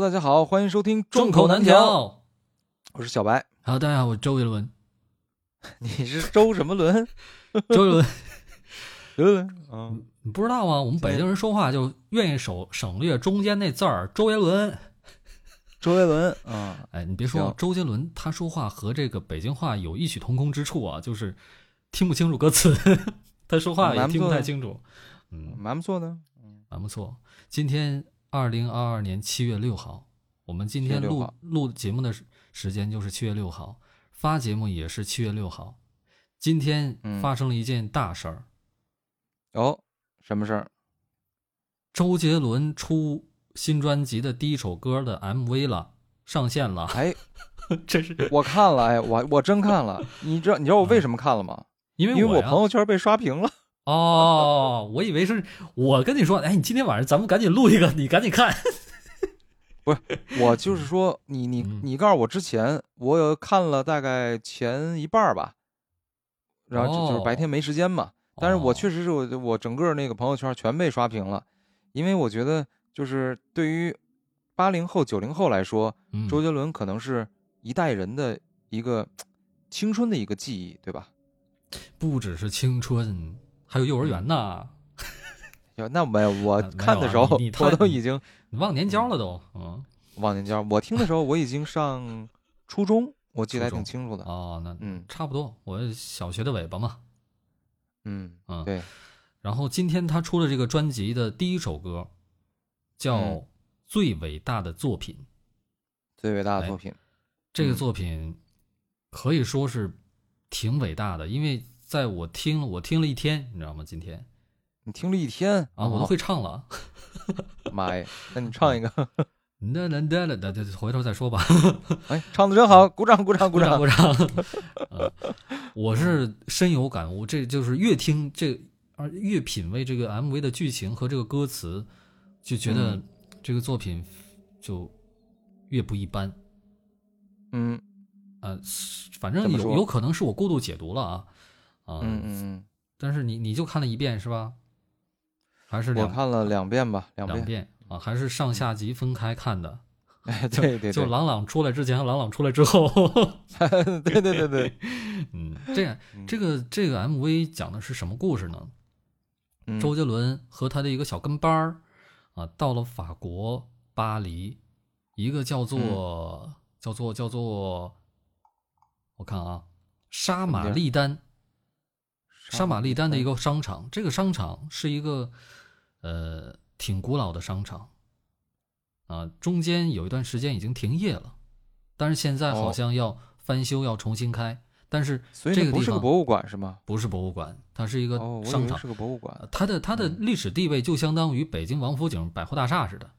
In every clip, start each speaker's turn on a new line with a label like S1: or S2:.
S1: 大家好，欢迎收听《
S2: 众
S1: 口
S2: 口
S1: 难
S2: 难
S1: 调》，
S2: 调。
S1: 我是小白。
S2: 好，大家好，我是周杰伦。
S1: 你是周什么伦？
S2: 周杰伦，
S1: 刘伦？嗯，
S2: 你不知道啊？我们北京人说话就愿意省省略中间那字儿。周杰伦，
S1: 周杰伦啊，
S2: 哎，你别说
S1: 行，
S2: 周杰伦他说话和这个北京话有异曲同工之处啊，就是听不清楚歌词， 他说话也听不太清楚。嗯，
S1: 蛮不错的。
S2: 蛮不错。今天二零二二年七月六号，我们今天
S1: 7月6
S2: 录
S1: 号
S2: 录节目的时时间就是七月六号，发节目也是七月六号。今天
S1: 嗯
S2: 发生了一件大事儿。
S1: 哦，什么事儿？
S2: 周杰伦出新专辑的第一首歌的 MV 了，上线了，
S1: 哎，
S2: 这是
S1: 我看了，哎，我我真看了。你知道你知道我为什么看了吗？
S2: 因为
S1: 因为
S2: 我
S1: 我
S2: 呀
S1: 朋友圈被刷屏了。
S2: 哦，我以为是我跟你说，哎，你今天晚上咱们赶紧录一个，你赶紧 看，
S1: 我就是说，你你
S2: 嗯
S1: 你告诉我之前，我有看了大概前一半儿吧，然后就就是
S2: 哦
S1: 白天没时间嘛。但是我确
S2: 实
S1: 实是我我整个那个朋友圈全被刷屏了，因为我觉得就是对于八零后九零后来说，
S2: 嗯
S1: 周杰伦可能是一代人的一个青春的一个记忆，对吧？
S2: 不只是青春，还有幼儿园呢，
S1: 要那没有，我
S2: 没有
S1: 看的
S2: 啊
S1: 时候
S2: 你你
S1: 我
S2: 太
S1: 都已 经
S2: 你忘年交了都，嗯，
S1: 忘年交，我听的时候我已经上初中，我记得还
S2: 初
S1: 挺
S2: 中
S1: 清楚的。
S2: 哦，那
S1: 嗯
S2: 差不多，我小学的尾巴嘛。
S1: 嗯
S2: 嗯
S1: 对，
S2: 然后今天他出了这个专辑的第一首歌，叫
S1: 嗯
S2: 《最伟大的作品》。
S1: 最伟大的
S2: 哎
S1: 作品，
S2: 这
S1: 嗯
S2: 个作品可以说是挺伟大的，因为在我听了我听了一天，你知道吗？今天
S1: 你听了一天
S2: 啊，我都会唱了。
S1: 哦妈 呀！那你唱一个，
S2: 那那那那那，回头再说吧。
S1: 哎，唱的真好，鼓掌鼓掌鼓
S2: 鼓掌
S1: 掌！
S2: 鼓掌！啊，我是深有感悟，这就是越听这而越品味这个 MV 的剧情和这个歌词，就觉得
S1: 嗯
S2: 这个作品就越不一般。
S1: 嗯
S2: 呃，是反
S1: 怎
S2: 正
S1: 么
S2: 有
S1: 说
S2: 有可能是我过度解读了啊啊！
S1: 嗯嗯嗯。
S2: 但是你你就看了一遍是吧？还是
S1: 嗯我
S2: 两
S1: 看了两遍吧，两
S2: 两
S1: 遍。
S2: 遍啊？还是上下集分开看的？
S1: 哎，对对对，
S2: 就朗朗出来之前和朗朗出来之 后，
S1: 对对对对，
S2: 嗯，这样
S1: 嗯
S2: 这个这个 MV 讲的是什么故事呢？
S1: 嗯
S2: 周杰伦和他的一个小跟班儿啊，到了法国巴黎，一个叫
S1: 嗯
S2: 做叫做叫做，我看啊，沙
S1: 什么
S2: 马
S1: 地儿
S2: 利丹
S1: 沙
S2: 沙马利丹的一
S1: 个
S2: 个商场，这个商场是一个呃挺古老的商场啊，中间有一段时间已经停业了，但是现在好
S1: 哦
S2: 像要翻修，要重新开。但是
S1: 嗯所以
S2: 这
S1: 那
S2: 个
S1: 不
S2: 地
S1: 是个
S2: 方
S1: 博物馆是吗？
S2: 不是博物馆，它是一个
S1: 哦，我以
S2: 商
S1: 为
S2: 场，
S1: 是个博物馆
S2: 呃。它的它的
S1: 嗯
S2: 历史地位就相当于北京王府井百货大厦似的。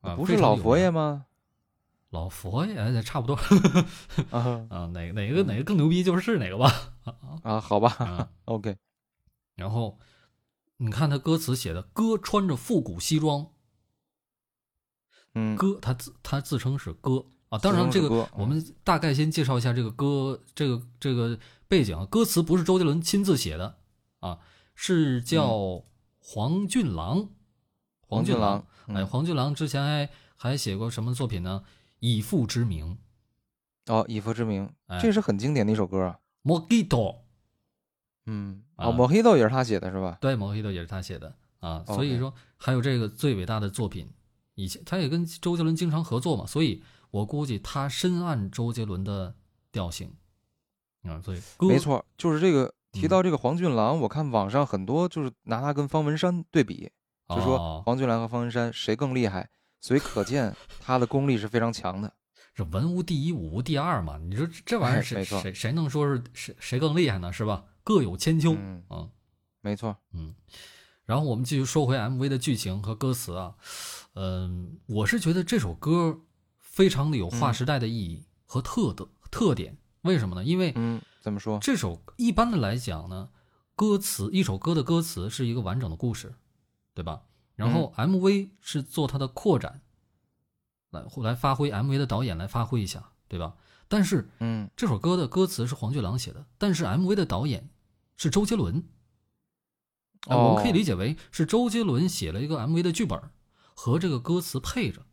S2: 啊，
S1: 不
S2: 非
S1: 是
S2: 常
S1: 老
S2: 有
S1: 佛
S2: 名
S1: 爷，吗？
S2: 老佛爷哎差不多
S1: 啊
S2: 啊，哪个哪个哪个更牛逼就是哪个吧。
S1: 啊，好吧
S2: 啊，
S1: ，OK，
S2: 然后你看他歌词写的，哥穿着复古西装，
S1: 嗯，
S2: 哥他自他自称是哥啊。当
S1: 自
S2: 然，
S1: 称是
S2: 这个
S1: 哥
S2: 我们大概先介绍一下这个歌，这个这个背景啊。歌词不是周杰伦亲自写的啊，是叫黄俊郎，
S1: 嗯黄
S2: 俊
S1: 俊郎，，嗯
S2: 哎，黄俊郎之前还还写过什么作品呢？以父之名
S1: 哦，以父之名，
S2: 哎
S1: 这是很经典的一首歌啊。
S2: ，Mojito，
S1: 嗯，
S2: 啊
S1: 哦，莫黑豆也是他写的是吧？
S2: 对，Mojito 也是他写的啊。所
S1: 哦
S2: 以
S1: OK
S2: 说，还有这个最伟大的作品，以前他也跟周杰伦经常合作嘛，所以我估计他深谙周杰伦的调性啊。所以歌
S1: 没，错，就是这个。提
S2: 嗯
S1: 到这个黄俊郎，我看网上很多就是拿他跟方文山对比，就说
S2: 哦
S1: 黄俊郎和方文山谁更厉害，所以可见他的功力是非常强的。
S2: 这文无第一，武无第二嘛。你说这这玩意
S1: 哎
S2: 儿
S1: 没
S2: 谁
S1: 错
S2: 谁谁能说是谁谁更厉害呢？是吧？各有千秋
S1: 嗯，
S2: 啊。
S1: 没错，
S2: 嗯，然后我们继续说回 MV 的剧情和歌词啊，嗯，我是觉得这首歌非常的有
S1: 嗯
S2: 划时代的意义和特的、特点，为什么呢？因为
S1: 嗯，怎么说？
S2: 这首一般的来讲呢，歌词一首歌的歌词是一个完整的故事，对吧？然后 MV 是做它的扩展，来来发挥 MV 的导演来发挥一下，对吧？但是
S1: 嗯，
S2: 这首歌的歌词是黄俊郎写的，但是 MV 的导演是周杰伦。啊，我们可以
S1: 哦
S2: 理解为是周杰伦写了一个 MV 的剧本，和这个歌词配着，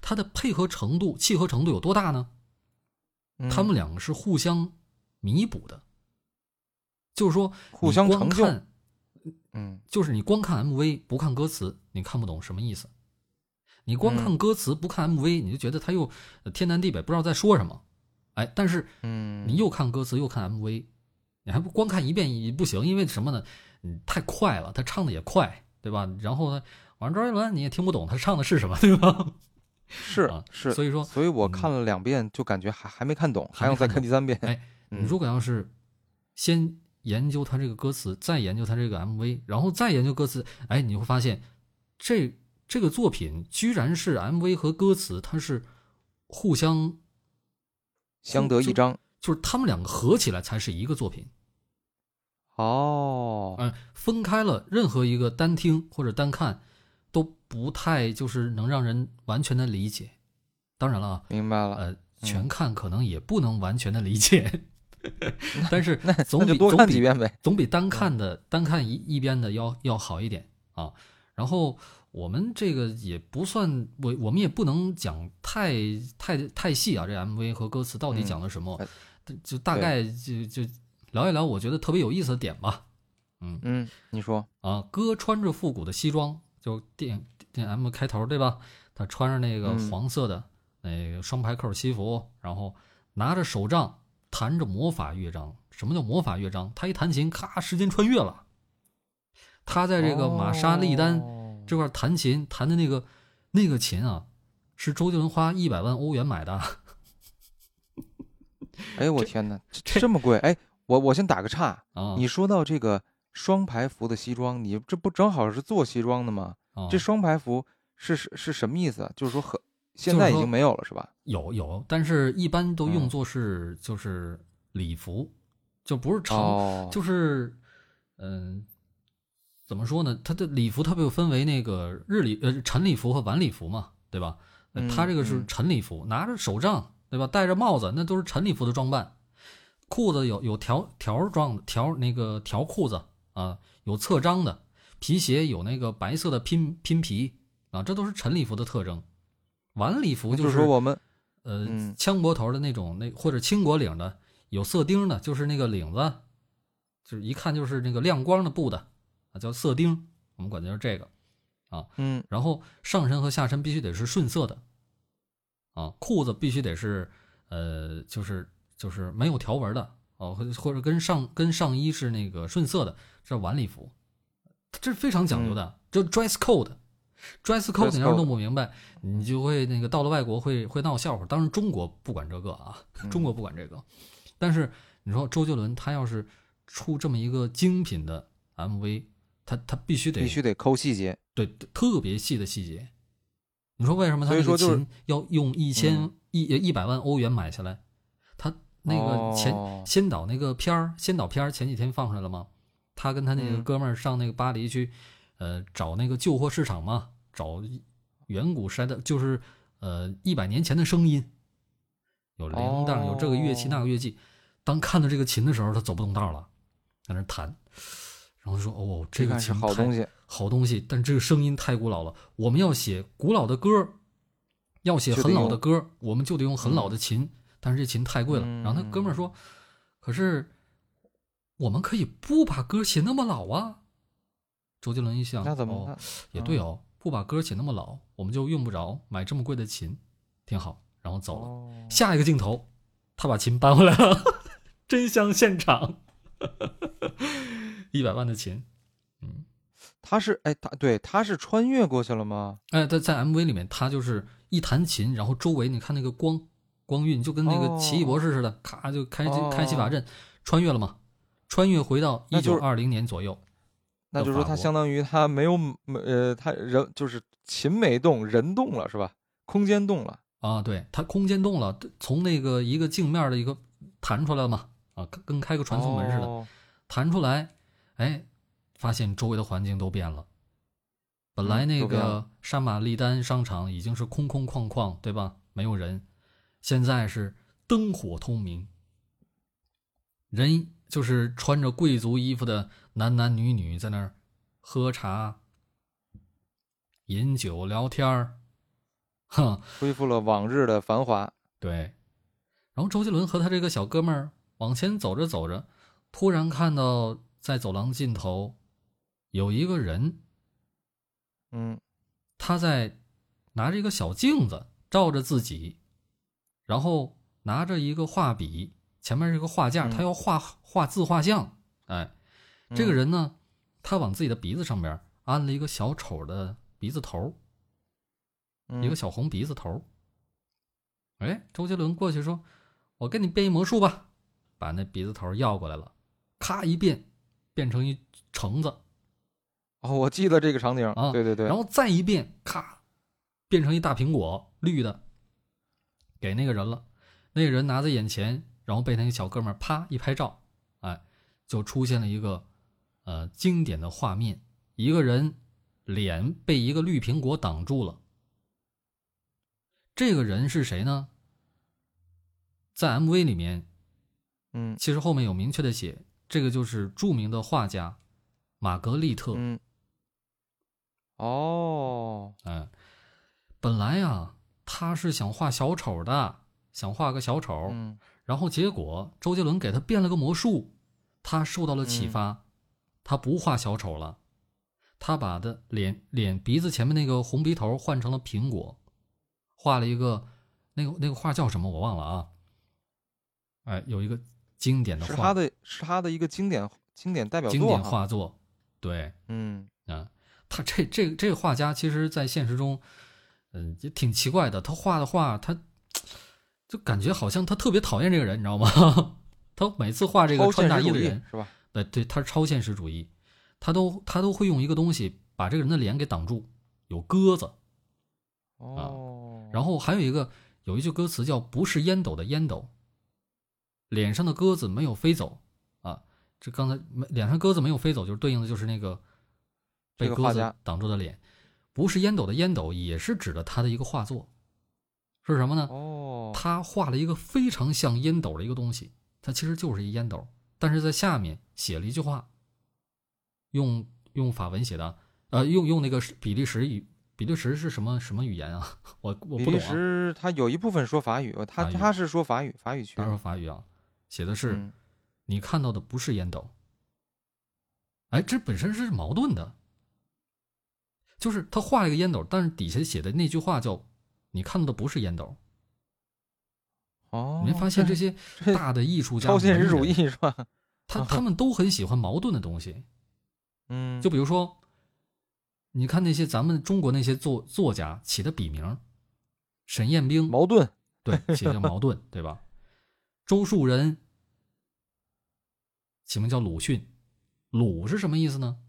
S2: 它的配合程度、契合程度有多大呢？
S1: 嗯
S2: 他们两个是互相弥补的，就是说，
S1: 互相成就，
S2: 看，
S1: 嗯
S2: 就是你光看 MV 不看歌词，你看不懂什么意思；你光
S1: 嗯
S2: 看歌词不看 MV，你就觉得他又呃天南地北，不知道在说什么。哎，但是
S1: 嗯，
S2: 你又看歌词又看 MV，你还不光看一遍也不行，因为什么呢？嗯，太快了，他唱的也快，对吧？然后呢，完周杰伦你也听不懂他唱的是什么，对吧？
S1: 是
S2: 啊
S1: 是，
S2: 所以说
S1: 所以我
S2: 嗯
S1: 看了两遍，就感觉还还没看懂，还
S2: 还没
S1: 要再
S2: 看
S1: 看第三遍。
S2: 哎
S1: 嗯，
S2: 你如果要是先研究他这个歌词，再研究他这个 MV，然后再研究歌词，哎，你会发现这这个作品居然是 MV 和歌词，它是互相
S1: 相得益彰
S2: 就是他们两个合起来才是一个作品，
S1: 哦，
S2: 嗯、分开了任何一个单听或者单看都不太就是能让人完全的理解。当然了啊，
S1: 明白了，
S2: 呃，全看可能也不能完全的理解， 但是
S1: 那
S2: 总
S1: 那就
S2: 比
S1: 多
S2: 总
S1: 看
S2: 比
S1: 几遍呗。
S2: 总比单看的单看一一边的要要好一点啊。然后我们这个也不算，我我们也不能讲太太太细啊，这 MV 和歌词到底讲了什么
S1: 嗯，
S2: 就大概就就聊一聊我觉得特别有意思的点吧。嗯
S1: 嗯，你说，
S2: 啊，哥穿着复古的西装，就电电 M 开头对吧？他穿着那个
S1: 嗯
S2: 黄色的、那个双排扣西服，然后拿着手杖弹着魔法乐章。什么叫魔法乐章？他一弹琴，咔，时间穿越了。他在这个玛莎丽丹
S1: 哦
S2: 这块弹琴弹的那个那个琴啊，是周杰伦花一百万欧元买的。
S1: 哎，我天哪，这这么贵！哎，我我先打个岔，
S2: 啊，
S1: 你说到这个双排服的西装，你这不正好是做西装的吗？
S2: 啊
S1: 这双排服是是是什么意思啊？就是说和现
S2: 就是
S1: 在已
S2: 说
S1: 经没有了是吧？
S2: 有有，但是一般都
S1: 嗯
S2: 用作是、就是礼服，就不是常
S1: 哦，
S2: 就是，嗯、怎么说呢？它的礼服它不就分为那个日礼呃晨礼服和晚礼服嘛，对吧？呃
S1: 嗯
S2: 它这个是
S1: 嗯
S2: 晨礼服，拿着手杖，对吧？戴着帽子，那都是晨礼服的装扮。裤子有有条条状的条那个条裤子啊，有侧章的，皮鞋有那个白色的拼拼皮啊，这都是晨礼服的特征。晚礼服
S1: 那
S2: 就是
S1: 说我们
S2: 呃
S1: 嗯，
S2: 枪驳头的那种，那或者轻裹领的，有色钉的，就是那个领子，就是一看就是那个亮光的布的啊，叫色钉，我们管它叫这个。
S1: 嗯
S2: 然后上身和下身必须得是顺色的，啊，裤子必须得是呃，就是就是没有条纹的哦，或者或者跟上跟上衣是那个顺色的，这是晚礼服，这是非常讲究的，就 dress code。dress code
S1: Dress
S2: 你要是弄
S1: code
S2: 不明白，你就会那个到了外国会会闹笑话。当然中国不管这个啊，
S1: 嗯
S2: 中国不管这个，但是你说周杰伦他要是出这么一个精品的 MV，他他必须得
S1: 必须得抠细节，
S2: 对，特别细的细节。你说为什么他
S1: 所以
S2: 那
S1: 说
S2: 个
S1: 就是
S2: 琴要用一千
S1: 嗯
S2: 一一百万欧元买下来？他那个前、
S1: 哦
S2: 先导那个片儿，先导片儿前几天放出来了吗？他跟他那个
S1: 嗯
S2: 哥们儿上那个巴黎去，呃，找那个旧货市场嘛，找远古时代的，就是呃一百年前的声音，有铃铛，有这个乐器
S1: 哦
S2: 那个乐器。当看到这个琴的时候，他走不动道了，在那儿弹，然后说：“哦，这个
S1: 看是
S2: 琴
S1: 好
S2: 太
S1: 东西，
S2: 好东西，但这个声音太古老了。我们要写古老的歌，要写很老的歌，我们就得用很老的琴，但是这琴太贵了。
S1: 嗯
S2: 然后他哥们儿说：“可是我们可以不把歌写那么老啊。”周杰伦一想，
S1: 那嗯怎么啊
S2: 哦
S1: 办？
S2: 也对哦，不把歌写那么老，我们就用不着买这么贵的琴，挺好。然后走了。
S1: 哦
S2: 下一个镜头，他把琴搬回来了， 真像现场， 一百万的琴。
S1: 他是哎，他对他是穿越过去了吗？
S2: 哎，在在 MV 里面，他就是一弹琴，然后周围你看那个光光晕，就跟那个
S1: 哦
S2: 奇异博士似的，咔就开
S1: 哦
S2: 开戏法阵，穿越了嘛，穿越回到一
S1: 那就
S2: 九
S1: 是
S2: 二零年左右。
S1: 那就是
S2: 法
S1: 说他
S2: 国
S1: 相当于他没有没呃，他人就是琴没动，人动了是吧？空间动了，
S2: 啊，对，它空间动了，从那个一个镜面的一个弹出来嘛，啊，跟跟开个传送门似的，
S1: 哦
S2: 弹出来，哎，发现周围的环境都变了。本来
S1: 嗯
S2: 那
S1: 都变
S2: 个
S1: 了
S2: 沙马利丹商场已经是空空旷旷，对吧？没有人，现在是灯火通明，人就是穿着贵族衣服的男男女女在那儿喝茶、饮酒、聊天儿，哈，
S1: 恢复了往日的繁华。
S2: 对。然后周杰伦和他这个小哥们儿往前走着走着，突然看到在走廊尽头有一个人，
S1: 嗯，
S2: 他在拿着一个小镜子照着自己，然后拿着一个画笔，前面是一个画架，
S1: 嗯
S2: 他要画画自画像。哎，这个
S1: 嗯
S2: 人呢，他往自己的鼻子上边安了一个小丑的鼻子头儿，一个
S1: 嗯
S2: 小红鼻子头儿。哎，周杰伦过去说：“我给你变一魔术吧。”把那鼻子头儿要过来了，咔一变，变成一橙子，
S1: 哦，我记得这个场景
S2: 啊，
S1: 对对对，
S2: 然后再一变，咔，变成一大苹果，绿的，给那个人了。那个人拿在眼前，然后被那个小哥们儿啪一拍照，哎，就出现了一个呃经典的画面：一个人脸被一个绿苹果挡住了。这个人是谁呢？在 MV 里面，
S1: 嗯
S2: 其实后面有明确的写，这个就是著名的画家玛格丽特。
S1: 嗯，哦，
S2: 哎，本来呀、他是想画小丑的，想画个小丑，
S1: 嗯
S2: 然后结果周杰伦给他变了个魔术，他受到了启发，
S1: 嗯
S2: 他不画小丑了，他把的脸脸鼻子前面那个红鼻头换成了苹果，画了一个那个那个画叫什么我忘了啊，哎，有一个经典的
S1: 是
S2: 画
S1: 他，的是他的一个经典经典代表
S2: 经
S1: 作
S2: 典
S1: 哈，
S2: 画作，对，
S1: 嗯
S2: 啊，他这这这个画家其实，在现实中，嗯，也挺奇怪的。他画的画，他就感觉好像他特别讨厌这个人，你知道吗？ 他每次画这个
S1: 超现
S2: 穿大
S1: 实
S2: 衣
S1: 主
S2: 的
S1: 义
S2: 人，
S1: 是吧？
S2: 对对，他是超现实主义，他都他都会用一个东西把这个人的脸给挡住，有鸽子，
S1: 哦，
S2: 啊然后还有一个有一句歌词叫“不是烟斗的烟斗”，脸上的鸽子没有飞走啊。这刚才没脸上鸽子没有飞走，就是对应的就是那个被
S1: 这个
S2: 鸽
S1: 画
S2: 子
S1: 家
S2: 挡住的脸。不是烟斗的烟斗，也是指的他的一个画作，是什么呢？
S1: 哦，
S2: 他画了一个非常像烟斗的一个东西，它其实就是一烟斗，但是在下面写了一句话，用用法文写的，呃，用用那个比利时语，比利时是什么什么语言啊？ 我我
S1: 比
S2: 不懂
S1: 利
S2: 啊。
S1: 时他有一部分说法语，他
S2: 法语
S1: 他是说法语，法语区
S2: 当然说法语啊，写的是、
S1: 嗯
S2: 你看到的不是烟斗。哎，这本身是矛盾的，就是他画了一个烟斗，但是底下写的那句话叫“你看到的不是烟斗
S1: 哦”。，
S2: 你没发现这些
S1: 这
S2: 大的艺术家、
S1: 超现实主
S2: 文
S1: 义
S2: 人，
S1: 是吧？
S2: 他他们都很喜欢矛盾的东西。
S1: 嗯，
S2: 就比如说，你看那些咱们中国那些作作家起的笔名，沈雁冰，
S1: 矛盾，
S2: 对， 起叫矛盾，对吧？周树人起名叫鲁迅，鲁是什么意思呢？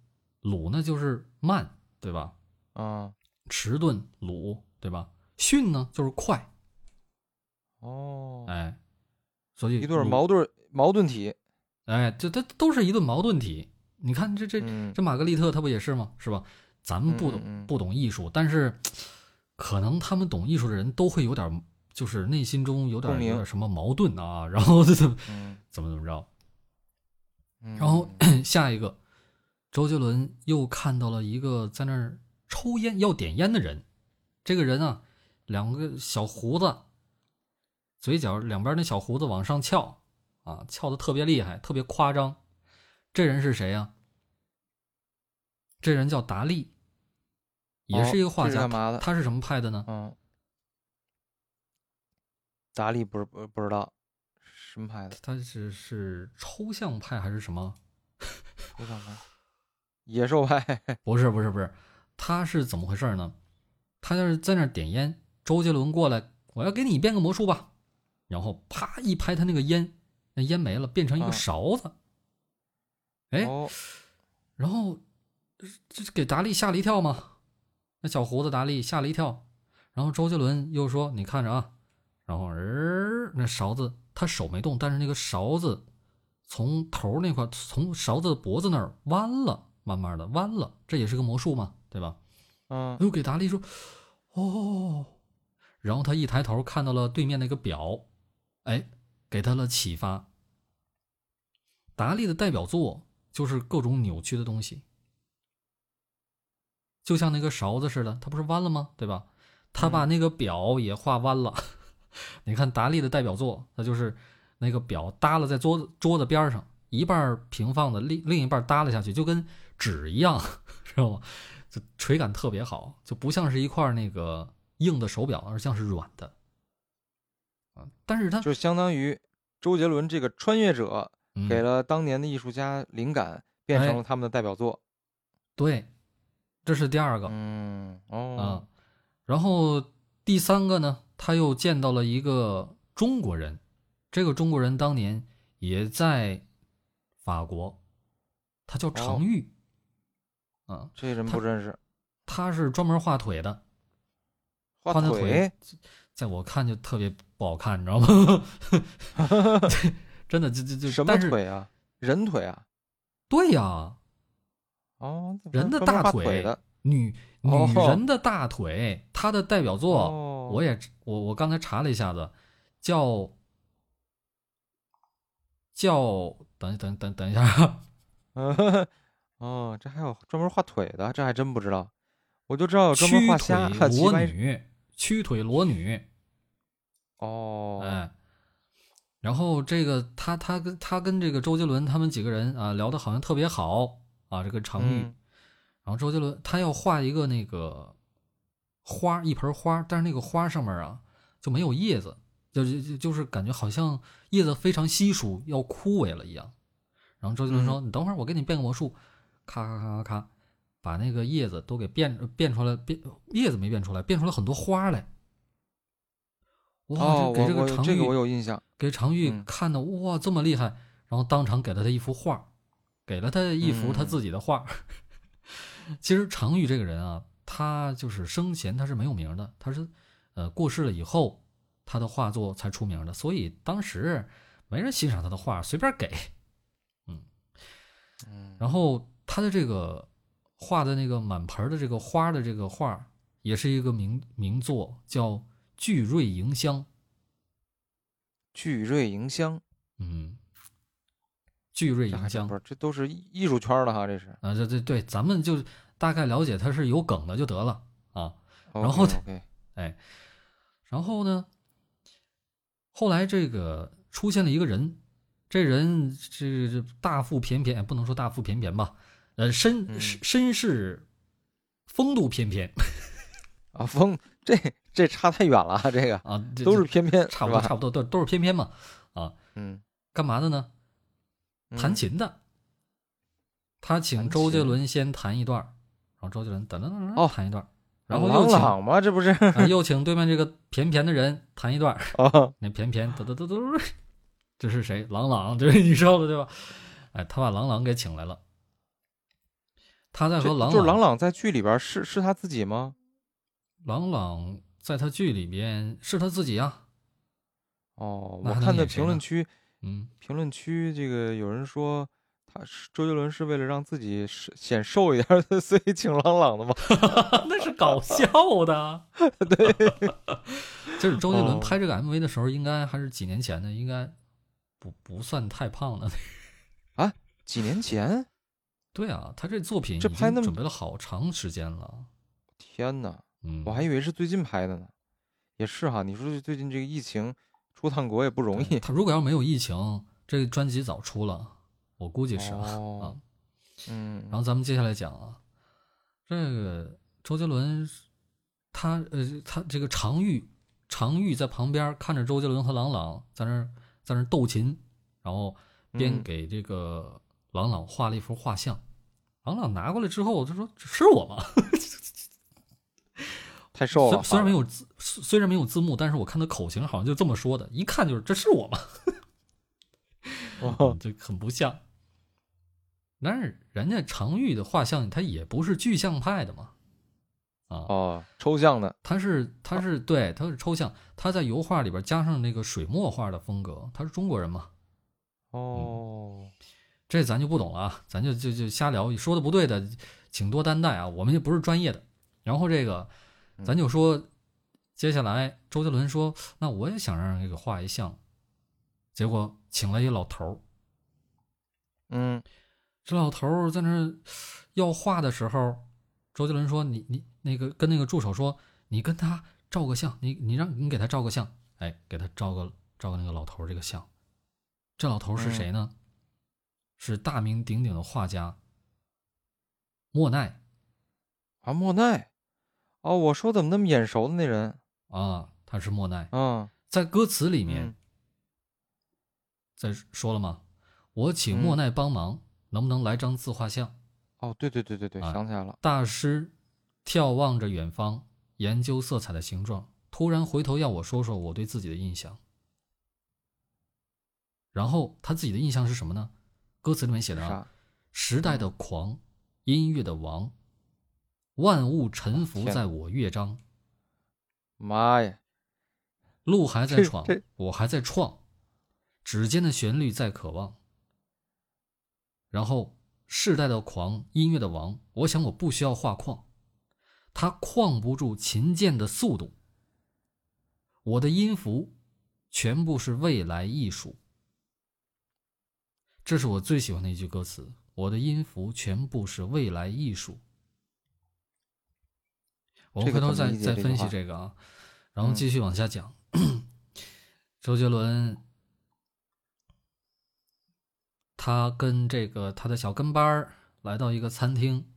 S2: 鲁呢就是慢，对吧？
S1: 啊，
S2: 迟钝鲁，对吧？迅呢就是快，
S1: 哦，
S2: 哎，所以
S1: 一对
S2: 鲁，
S1: 矛盾矛盾体，
S2: 哎，这它都是一顿矛盾体。你看这这
S1: 嗯
S2: 这玛格丽特他不也是吗？是吧？咱们不懂、
S1: 嗯嗯嗯
S2: 不懂艺术，但是可能他们懂艺术的人都会有点，就是内心中有点
S1: 共鸣
S2: 有点什么矛盾啊，然后 怎么
S1: 嗯，
S2: 怎么怎么着。
S1: 嗯
S2: 然后下一个，周杰伦又看到了一个在那儿抽烟要点烟的人。这个人啊，两个小胡子，嘴角两边那小胡子往上翘，啊，翘的特别厉害，特别夸张。这人是谁呀、这人叫达利，也是一个画
S1: 哦这是
S2: 家。
S1: 干嘛的
S2: 他是什么派的呢？
S1: 嗯，达利不是不不知道什么牌子，
S2: 他是是抽象派还是什么？
S1: 抽象牌，野兽派，
S2: 不是不是不是，他是怎么回事呢？他就是在那儿点烟，周杰伦过来，我要给你变个魔术吧，然后啪一拍他那个烟，那烟没了，变成一个
S1: 啊
S2: 勺子，哎、
S1: 哦，
S2: 然后这这给达利吓了一跳嘛，那小胡子达利吓了一跳，然后周杰伦又说：“你看着啊。”然后儿、那勺子他手没动，但是那个勺子从头那块儿，从勺子的脖子那儿弯了，慢慢的弯了，这也是个魔术嘛，对吧？
S1: 嗯
S2: 哎呦，给达利说，哦，然后他一抬头看到了对面那个表，哎，给他了启发。达利的代表作就是各种扭曲的东西，就像那个勺子似的，它不是弯了吗？对吧？他把那个表也画弯了。 你看达利的代表作，他就是那个表耷拉在桌子桌子边上，一半儿平放的，另另一半儿耷拉下去，就跟纸一样， 知道吗？就垂感特别好，就不像是一块那个硬的手表，而像是软的。啊，但是它
S1: 就相当于周杰伦这个穿越者
S2: 嗯哎
S1: 给了当年的艺术家灵感，变成了他们的代表作。
S2: 对，这是第二个。
S1: 嗯，
S2: 啊
S1: 哦，，
S2: 然后第三个呢，他又见到了一个中国人，这个中国人当年也在法国，他叫
S1: 哦
S2: 程昱，啊，
S1: 这人
S2: 他
S1: 不认识，
S2: 他是专门画腿的，
S1: 画
S2: 画那
S1: 腿
S2: 腿在我看就特别不好看，你知道吗？ 真的，就就就
S1: 什么
S2: 但是
S1: 腿啊？人腿啊？
S2: 对呀、
S1: 哦，怎么
S2: 人的
S1: 专门
S2: 大
S1: 画
S2: 腿
S1: 腿的
S2: 女
S1: 哦
S2: 女人的大腿，她的代表作。
S1: 哦，
S2: 我也我我刚才查了一下子，叫叫等等等等一下啊，
S1: 嗯 哦，这还有专门画腿的，这还真不知道。我就知道有哦专门画虾、画
S2: 腿
S1: 鸡
S2: 裸
S1: 掰。
S2: 女，屈腿裸女，
S1: 哦，
S2: 哎，然后这个他他跟他跟这个周杰伦他们几个人啊聊的好像特别好啊，这个常玉，
S1: 嗯
S2: 然后周杰伦他要画一个那个花一盆花，但是那个花上面啊就没有叶子，就就就就是感觉好像叶子非常稀疏，要枯萎了一样。然后周杰
S1: 嗯
S2: 伦说：“你等会儿，我给你变个魔术，咔咔咔咔咔，把那个叶子都给变呃变出来，变叶子没变出来，变出来很多花来。”哇！
S1: 哦，
S2: 这
S1: 我
S2: 给这个
S1: 我
S2: 常
S1: 这个我
S2: 玉
S1: 有印象。
S2: 给常玉
S1: 嗯
S2: 看的哇这么厉害，然后当场给了他一幅画，给了他一
S1: 嗯
S2: 幅他自己的画。 其实常玉这个人啊，他就是生前他是没有名的，他是呃过世了以后，他的画作才出名的，所以当时没人欣赏他的画，随便给。
S1: 嗯，
S2: 然后他的这个画的那个满盆儿的这个花的这个画，也是一个名名作，叫《聚瑞迎香》。
S1: 聚瑞迎香，
S2: 嗯，《聚瑞
S1: 这还
S2: 迎
S1: 真
S2: 香
S1: 不》是，这都是艺艺术圈儿的哈，这是。
S2: 啊，对对对，咱们就大概了解它是有梗的就得了啊。然
S1: OK，
S2: 后他
S1: OK，
S2: 然后呢，后来这个出现了一个人，这人这这大腹便便，不能说大腹便便吧，呃，身
S1: 嗯
S2: 身世风度翩翩
S1: 啊，风这这差太远了啊，这个
S2: 啊， 这
S1: 都
S2: 这
S1: 是偏偏
S2: 差不
S1: 是
S2: 多
S1: 吧
S2: 差不多都都是翩翩嘛，
S1: 嗯，
S2: 干嘛的呢？
S1: 嗯
S2: 弹琴的。他请
S1: 弹
S2: 周杰
S1: 琴
S2: 伦先弹一段儿，然后周杰伦噔噔噔
S1: 哦
S2: 噔弹一段儿，然后又
S1: 朗
S2: 请
S1: 朗嘛，这不 是？
S2: 啊，又请对面这个翩翩的人弹一段儿，
S1: 哦，
S2: 那翩翩嘟嘟嘟嘟，这是谁？郎朗， 这是你知道的对吧？哎，他把郎朗给请来了，他在
S1: 这
S2: 和郎
S1: 就是朗
S2: 朗，
S1: 朗在剧里边儿是是他自己吗？
S2: 郎朗在他剧里边是他自己啊，
S1: 哦，
S2: 那
S1: 我
S2: 还能
S1: 看的
S2: 演谁
S1: 评论
S2: 呢
S1: 区
S2: 嗯，
S1: 评论区这个有人说，他是周杰伦是为了让自己是显瘦一点儿， 所以请郎朗的吗？
S2: 那是搞笑的， 对，就是周杰
S1: 哦
S2: 伦拍这个 MV 的时候，应该还是几年前的，应该不不算太胖的，
S1: 几年前，
S2: 对啊，他这作品已
S1: 这拍
S2: 经
S1: 那么
S2: 准备了好长时间了，
S1: 天哪，
S2: 嗯，
S1: 我还以为是最近拍的呢。也是哈，你说最近这个疫情出趟国也不容 易。
S2: 他如果要没有疫情，这个专辑早出了，我估计是啊。啊
S1: 哦，嗯
S2: 然，后咱们接下来讲啊，这个周杰伦，他呃，他这个常玉，常玉在旁边看着周杰伦和郎朗在那儿在那儿斗琴，然后边
S1: 嗯
S2: 给这个郎朗画了一幅画像。郎朗拿过来之后，他说：“这是我吗？”
S1: 太瘦了。
S2: 虽虽然
S1: 画
S2: 没
S1: 得
S2: 有字，虽虽然没有字幕，但是我看他口型好像就这么说的，一看就是这是我吗？
S1: 哦
S2: 嗯，就很不像。但是人家常玉的画像，他也不是具象派的嘛，啊，
S1: 哦，抽象的。
S2: 他是他是对他是抽象，他在油画里边加上那个水墨画的风格，他是中国人嘛，嗯
S1: 哦，
S2: 这咱就不懂了啊，咱就就就瞎聊，说的不对的，请多担待啊，我们也不是专业的。然后这个，咱就说，接下来周杰伦说，那我也想让人给画一像，结果请来一老头儿，
S1: 嗯，
S2: 这老头儿在那儿要画的时候，周杰伦说：“你你那个跟那个助手说，你跟他照个相，你你让你给他照个相，哎，给他照个照个那个老头儿这个相。这老头儿是谁呢？是大名鼎鼎的画家莫奈
S1: 啊，莫奈，哦，我说怎么那么眼熟的那人
S2: 啊，他是莫奈。
S1: 啊，
S2: 在歌词里面
S1: 嗯，
S2: 再说了吗？我请莫奈帮忙，能不能来张自画像？
S1: 哦，对对对对对，
S2: 啊
S1: 想起来了，
S2: 大师眺望着远方，研究色彩的形状，突然回头要我说说我对自己的印象。然后他自己的印象是什么呢？歌词里面写的啊，
S1: 啥？
S2: 时代的狂，音乐的王，万物臣服
S1: 天
S2: 在我乐章，
S1: 妈呀，
S2: 路还在
S1: 这
S2: 闯
S1: 这，
S2: 我还在创，指尖的旋律在渴望。然后，世代的狂，音乐的王，我想我不需要画框，它框不住琴键的速度。我的音符全部是未来艺术，这是我最喜欢的一句歌词。我的音符全部是未来艺术。我们
S1: 这个
S2: 回头
S1: 怎么理
S2: 再
S1: 解
S2: 再
S1: 这句
S2: 分析
S1: 话嗯
S2: 这个啊，然后继续往下讲。周杰伦，他跟这个他的小跟班儿来到一个餐厅，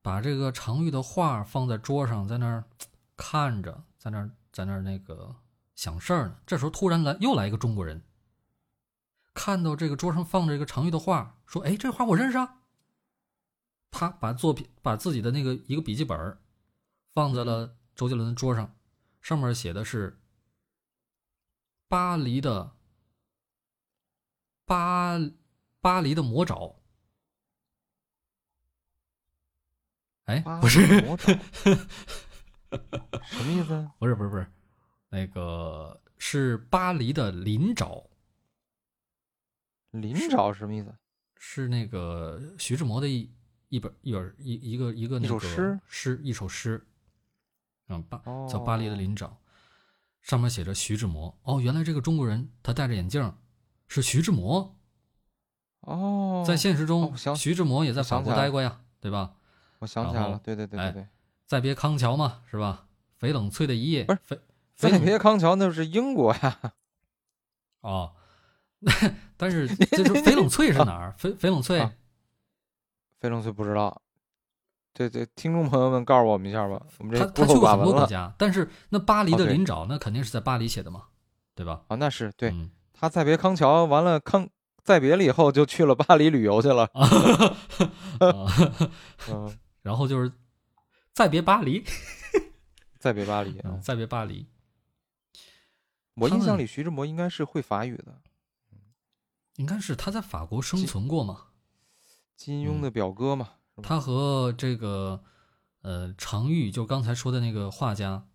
S2: 把这个常玉的画儿放在桌上，在那儿看着，在那儿在那儿那个想事儿呢。这时候突然来又来一个中国人，看到这个桌上放着一个常玉的画，说：“哎，这画我认识啊！”啪，把作品把自己的那个一个笔记本儿放在了周杰伦的桌上，上面写的是巴黎的巴巴黎的魔爪。哎，不是，
S1: 是魔 爪，什么意思？
S2: 不是不是不是，那个是巴黎的林爪，
S1: 林爪什么意思？
S2: 是那个徐志摩的一一本一本一一个一个那
S1: 一首
S2: 个
S1: 诗
S2: 诗一首诗，嗯，巴
S1: 哦，
S2: 叫巴黎的林爪，上面写着徐志摩。哦，原来这个中国人他戴着眼镜儿，是徐志摩。
S1: 哦，
S2: 在现实
S1: 哦
S2: 中
S1: 我，想
S2: 徐志摩也在
S1: 我
S2: 法
S1: 想
S2: 国
S1: 起来
S2: 待
S1: 了
S2: 过呀，对吧？
S1: 我想起
S2: 然
S1: 来
S2: 后
S1: 了，对对对
S2: 哎
S1: 对对，
S2: 再别康桥嘛，是吧？翡冷翠的一夜，
S1: 不是
S2: 翡翡
S1: 再
S2: 冷
S1: 别康桥那是英国呀，
S2: 哦， 但是 这是翡冷翠是哪儿？翡翡冷翠
S1: 啊非常翠不知道。这这听众朋友们告诉我们一下吧，我们
S2: 他
S1: 这
S2: 他
S1: 孤
S2: 去
S1: 陋
S2: 过
S1: 寡
S2: 很多
S1: 闻
S2: 国
S1: 了
S2: 家，但是那巴黎
S1: 哦
S2: 的
S1: 对
S2: 林爪那肯定是在巴黎写的嘛，对吧？
S1: 啊，那是对、
S2: 嗯
S1: 他再别康桥，完了康再别了以后就去了巴黎旅游去 了，
S2: 啊啊，
S1: 嗯，
S2: 然后就是再别巴黎，
S1: 再别巴黎。嗯
S2: 再别巴黎，
S1: 我
S2: 他
S1: 印象
S2: 们
S1: 里徐志摩应该是会法语的，
S2: 应该是他在法国生
S1: 这
S2: 存过嘛？
S1: 金
S2: 嗯
S1: 庸的表哥嘛，
S2: 他和这个呃常玉，就刚才说的那个画家，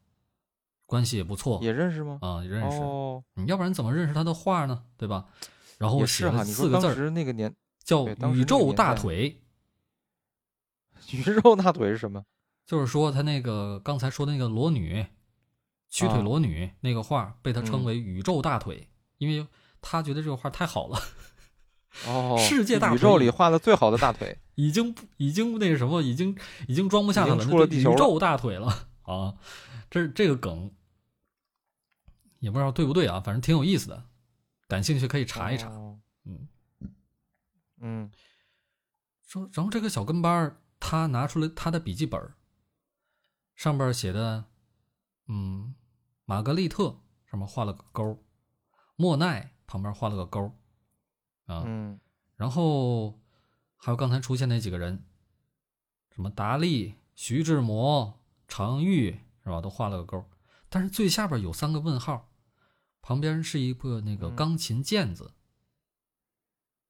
S2: 关系也不错
S1: 也认识吗？
S2: 啊，也认识。
S1: 哦，
S2: 你要不然怎么认识他的画呢？对吧？然后
S1: 也
S2: 哦写
S1: 是哈。
S2: 了
S1: 你
S2: 四
S1: 说
S2: 个字
S1: 当
S2: 儿
S1: 时那个年
S2: 叫
S1: 对当
S2: “宇
S1: 时那个
S2: 宙
S1: 年
S2: 大
S1: 代
S2: 腿”。
S1: 鱼肉大腿是什么？
S2: 就是说他那个刚才说的那个裸女，曲腿裸女、那个画被他称为宇宙大腿，因为他觉得这个画太好了，
S1: 哦，
S2: 世界大
S1: 宇
S2: 腿
S1: 宙里画的最好的大腿。
S2: 已经不已经那个什么，已经已经装不下他
S1: 已
S2: 了，
S1: 经
S2: 那
S1: 出了
S2: 就
S1: 地球了
S2: 宇宙大腿了 啊！这这个梗也不知道对不对啊，反正挺有意思的，感兴趣可以查一查。
S1: 哦
S2: 嗯，
S1: 嗯，
S2: 说然后这个小跟班儿他拿出了他的笔记本儿，上边儿写的，嗯，玛格丽特上面画了个勾儿，莫奈旁边画了个勾儿，啊，
S1: 嗯，
S2: 然后还有刚才出现那几个人，什么达利、徐志摩、常玉是吧？都画了个勾儿，但是最下边有三个问号，旁边是一个那个
S1: 嗯
S2: 钢琴键子，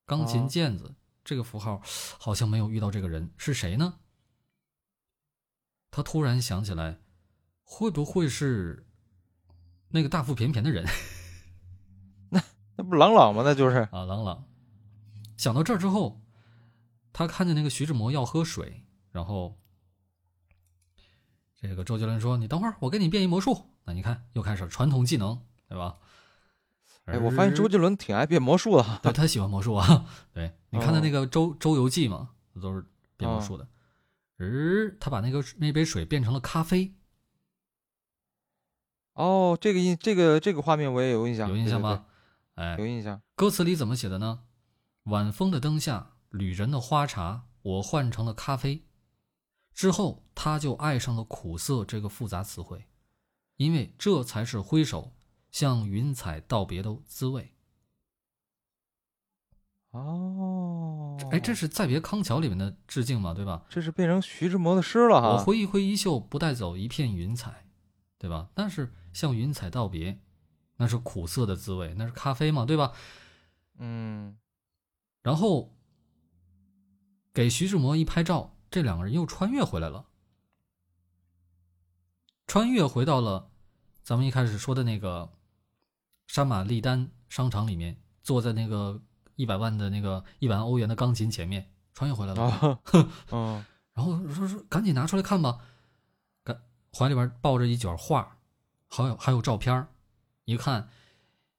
S2: 钢琴
S1: 哦
S2: 键子这个符号好像没有遇到这个人，是谁呢？他突然想起来，会不会是那个大腹便便的人？
S1: 那不是朗朗吗？那就是
S2: 啊，朗朗。想到这儿之后，他看见那个徐志摩要喝水，然后这个周杰伦说：“你等会儿，我给你变一魔术。”那你看，又开始传统技能，对吧？
S1: 哎，我发现周杰伦挺爱变魔术的哈。
S2: 对他喜欢魔术啊。对，你看
S1: 哦
S2: 他那个周《周游记》嘛，都是变魔术的。日、他把那个那杯水变成了咖啡，
S1: 哦，这个印这个这个画面我也有印象，
S2: 有印象
S1: 对
S2: 吧？哎
S1: 对对，有印象。
S2: 歌词里怎么写的呢？晚风的灯下，旅人的花茶，我换成了咖啡。之后，他就爱上了苦涩这个复杂词汇，因为这才是挥手向云彩道别的滋味。
S1: 哦，
S2: 哎，这是《再别康桥》里面的致敬嘛，对吧？
S1: 这是变成徐志摩的诗了哈。
S2: 我挥一挥衣袖，不带走一片云彩，对吧？但是向云彩道别，那是苦涩的滋味，那是咖啡嘛，对吧？
S1: 嗯，
S2: 然后给徐志摩一拍照，这两个人又穿越回来了，穿越回到了咱们一开始说的那个山马利丹商场里面，坐在那个一百万的那个一百万欧元的钢琴前面，穿越回来了。
S1: 啊，嗯，
S2: 然后说说赶紧拿出来看吧，赶怀里边抱着一卷画，还有还有照片儿一看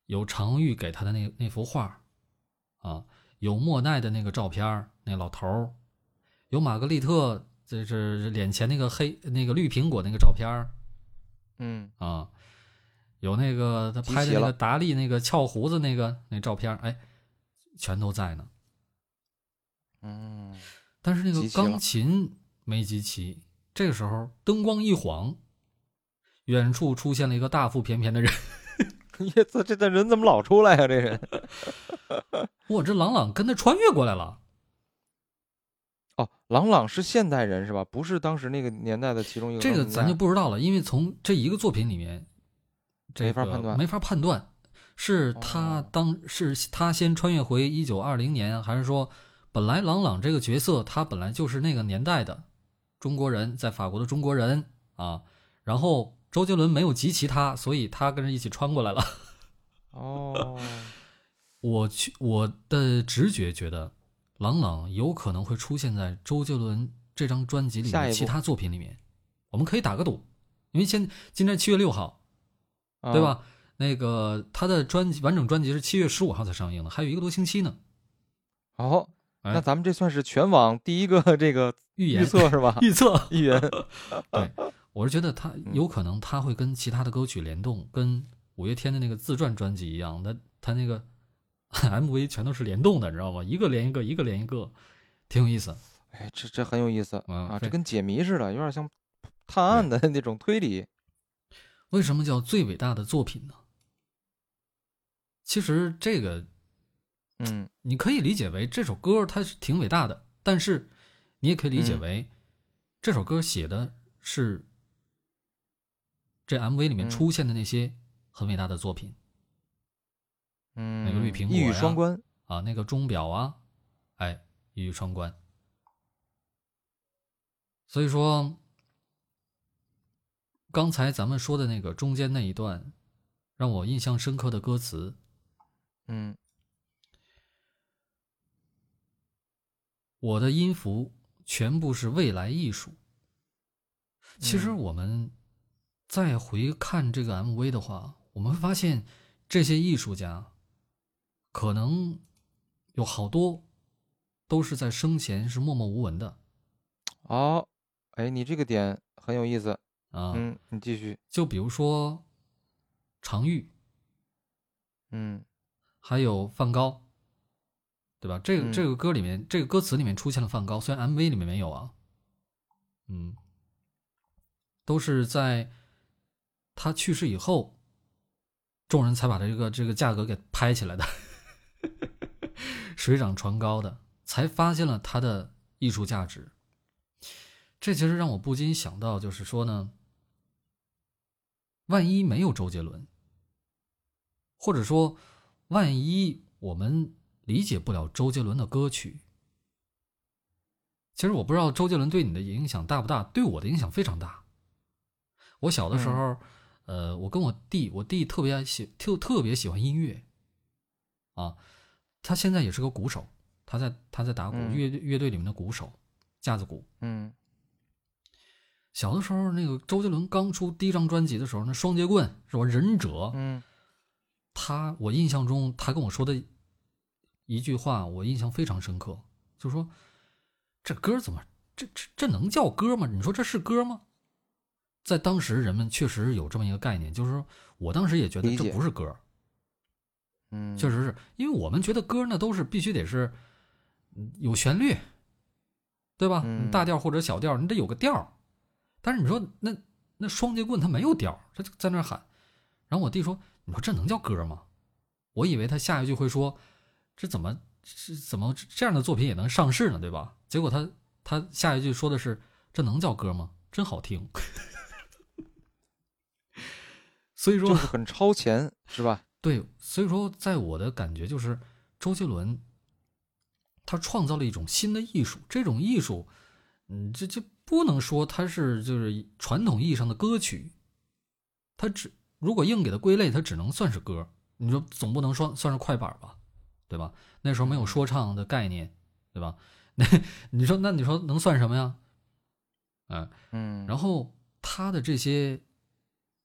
S2: 有常玉给他的那那幅画，啊，有莫奈的那个照片儿那老头儿，有玛格丽特这是脸前那个黑那个绿苹果那个照片儿
S1: 嗯，
S2: 啊，有那个他拍
S1: 集
S2: 的
S1: 齐
S2: 那个
S1: 了
S2: 达利那个翘胡子那个那照片儿，哎，全都在呢。
S1: 嗯，
S2: 但是那个
S1: 集齐了
S2: 钢琴没集齐。这个时候灯光一晃，远处出现了一个大腹便便的人。
S1: 耶，这这这人怎么老出来呀、这人
S2: 哇，这朗朗跟他穿越过来了。
S1: 哦，郎朗是现代人是吧？不是当时那个年代的其中一个
S2: 这
S1: 高
S2: 个
S1: 明
S2: 咱
S1: 代
S2: 就不知道了，因为从这一个作品里面，这
S1: 没法
S2: 个
S1: 判断
S2: 没法判断是他
S1: 哦
S2: 当、是他先穿越回一九二零年，还是说本来朗朗这个角色他本来就是那个年代的中国人，在法国的中国人啊，然后周杰伦没有集齐他，所以他跟着一起穿过来了。
S1: 哦，
S2: 我去，我的直觉觉得，朗朗有可能会出现在周杰伦这张专辑里
S1: 下
S2: 面
S1: 一步
S2: 其他作品里面。我们可以打个赌，因为现今天七月六号，
S1: 啊
S2: 对？吧？那个他的专辑完整专辑是七月十五号才上映的，还有一个多星期呢。
S1: 好、
S2: 哎
S1: 那咱们这算是全网第一个这个
S2: 预
S1: 预
S2: 言
S1: 测是吧？
S2: 预测，
S1: 预言，
S2: 我是觉得他
S1: 嗯
S2: 有可能他会跟其他的歌曲联动，跟五月天的那个自传专辑一样，他他那个 MV 全都是联动的，你知道吗？一个连一个，一个连一个，挺有意思。
S1: 哎，这这很有 意思、
S2: 嗯
S1: 啊，
S2: 非
S1: 这跟解谜似的，有点像探案的那种推理。
S2: 为什么叫最伟大的作品呢？其实这个
S1: 嗯，
S2: 你可以理解为这首歌它是挺伟大的，但是你也可以理解
S1: 嗯
S2: 为这首歌写的是这 MV 里面
S1: 嗯
S2: 出现的那些很伟大的作品、
S1: 嗯，
S2: 那个绿苹果
S1: 一语
S2: 呀
S1: 双关，
S2: 啊，那个钟表啊，哎，一语双关。所以说，刚才咱们说的那个中间那一段，让我印象深刻的歌词，
S1: 嗯
S2: 我的音符全部是未来艺术。其实
S1: 嗯
S2: 我们再回看这个 MV 的话，我们会发现这些艺术家可能有好多都是在生前是默默无闻的
S1: 哦，哎，你这个点很有意思。
S2: 啊。
S1: 嗯，你继续。
S2: 就比如说常玉，
S1: 嗯
S2: 还有梵高，对吧？这个、
S1: 嗯
S2: 这个歌里面，这个歌词里面出现了梵高，虽然 MV 里面没有啊，嗯，都是在他去世以后，众人才把这个这个价格给拍起来的， 水涨船高的，才发现了他的艺术价值。这其实让我不禁想到，就是说呢，万一没有周杰伦，或者说，万一我们理解不了周杰伦的歌曲，其实我不知道周杰伦对你的影响大不大，对我的影响非常大。我小的时候，呃，我跟我弟，我弟特别爱喜，特特别喜欢音乐，啊，他现在也是个鼓手，他在他在打鼓，
S1: 嗯
S2: 乐队乐队里面的鼓手，架子鼓。
S1: 嗯
S2: 小的时候，那个周杰伦刚出第一张专辑的时候，那双截棍是吧？忍者，
S1: 嗯
S2: 他我印象中他跟我说的一句话，我印象非常深刻，就说这歌怎么这这这能叫歌吗？你说这是歌吗？在当时人们确实有这么一个概念，就是说我当时也觉得
S1: 理
S2: 这
S1: 解
S2: 不是歌，
S1: 嗯，
S2: 确实是因为我们觉得歌呢都是必须得是嗯有旋律，对吧？
S1: 嗯
S2: 你大调或者小调，你得有个调儿。但是你说那那双截棍他没有调儿，他就在那儿喊。然后我弟说：“你说这能叫歌吗？”我以为他下一句会说：“这怎么是怎么这样的作品也能上市呢？对吧？”结果他他下一句说的是：“这能叫歌吗？真好听。” 所以
S1: 嗯
S2: 说，
S1: 就是很超前，是吧？
S2: 对，所以说，在我的感觉就是，周杰伦他创造了一种新的艺术，这种艺术，嗯，这这不能说它是就是传统意义上的歌曲，它只如果硬给它归类，它只能算是歌。你说总不能说算是快板吧，对吧？那时候没有说唱的概念，对吧？ 那你说那你说能算什么呀？嗯、
S1: 嗯，
S2: 然后他的这些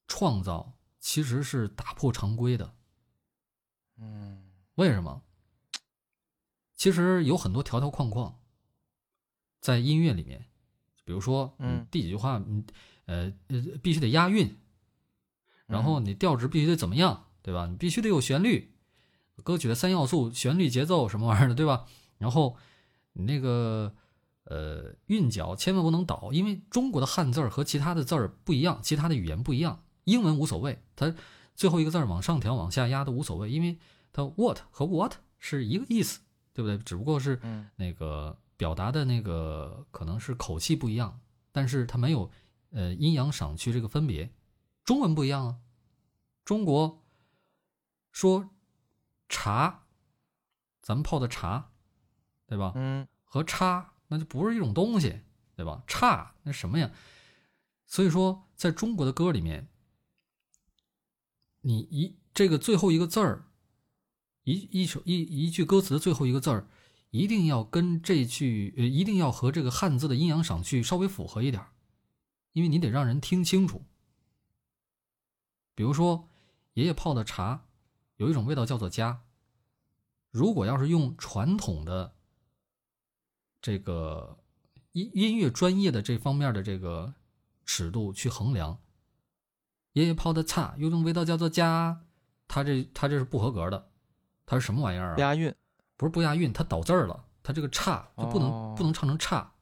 S2: 创造其实是打破常规的，
S1: 嗯
S2: 为什么？其实有很多条条框框，在音乐里面，比如说，
S1: 嗯，
S2: 第几句话，嗯，呃，呃必须得押韵，然后你调值必须得怎么样，对吧？你必须得有旋律，歌曲的三要素：旋律、节奏什么玩意儿的，对吧？然后你那个呃韵脚千万不能倒，因为中国的汉字儿和其他的字儿不一样，其他的语言不一样。英文无所谓，它最后一个字儿往上调、往下压都无所谓，因为它 what 和 what 是一个意思，对不对？只不过是
S1: 嗯
S2: 那个表达的那个可能是口气不一样，但是它没有呃阴阳赏区这个分别。中文不一样啊，中国说茶，咱们泡的茶，对吧？
S1: 嗯
S2: 和差那就不是一种东西，对吧？差那什么呀？所以说，在中国的歌里面，你一这个最后一个字儿，一一首一一句歌词的最后一个字儿，一定要跟这句呃，一定要和这个汉字的阴阳赏去稍微符合一点儿，因为你得让人听清楚。比如说，爷爷泡的茶有一种味道叫做家，如果要是用传统的这个音音乐专业的这方面的这个尺度去衡量。爷爷泡的茶有种味道叫做家，他这他这是不合格的，他是什么玩意儿啊？
S1: 押韵，
S2: 不是不押韵，他倒字儿了，他这个差就不能、
S1: 哦
S2: 不能唱成差。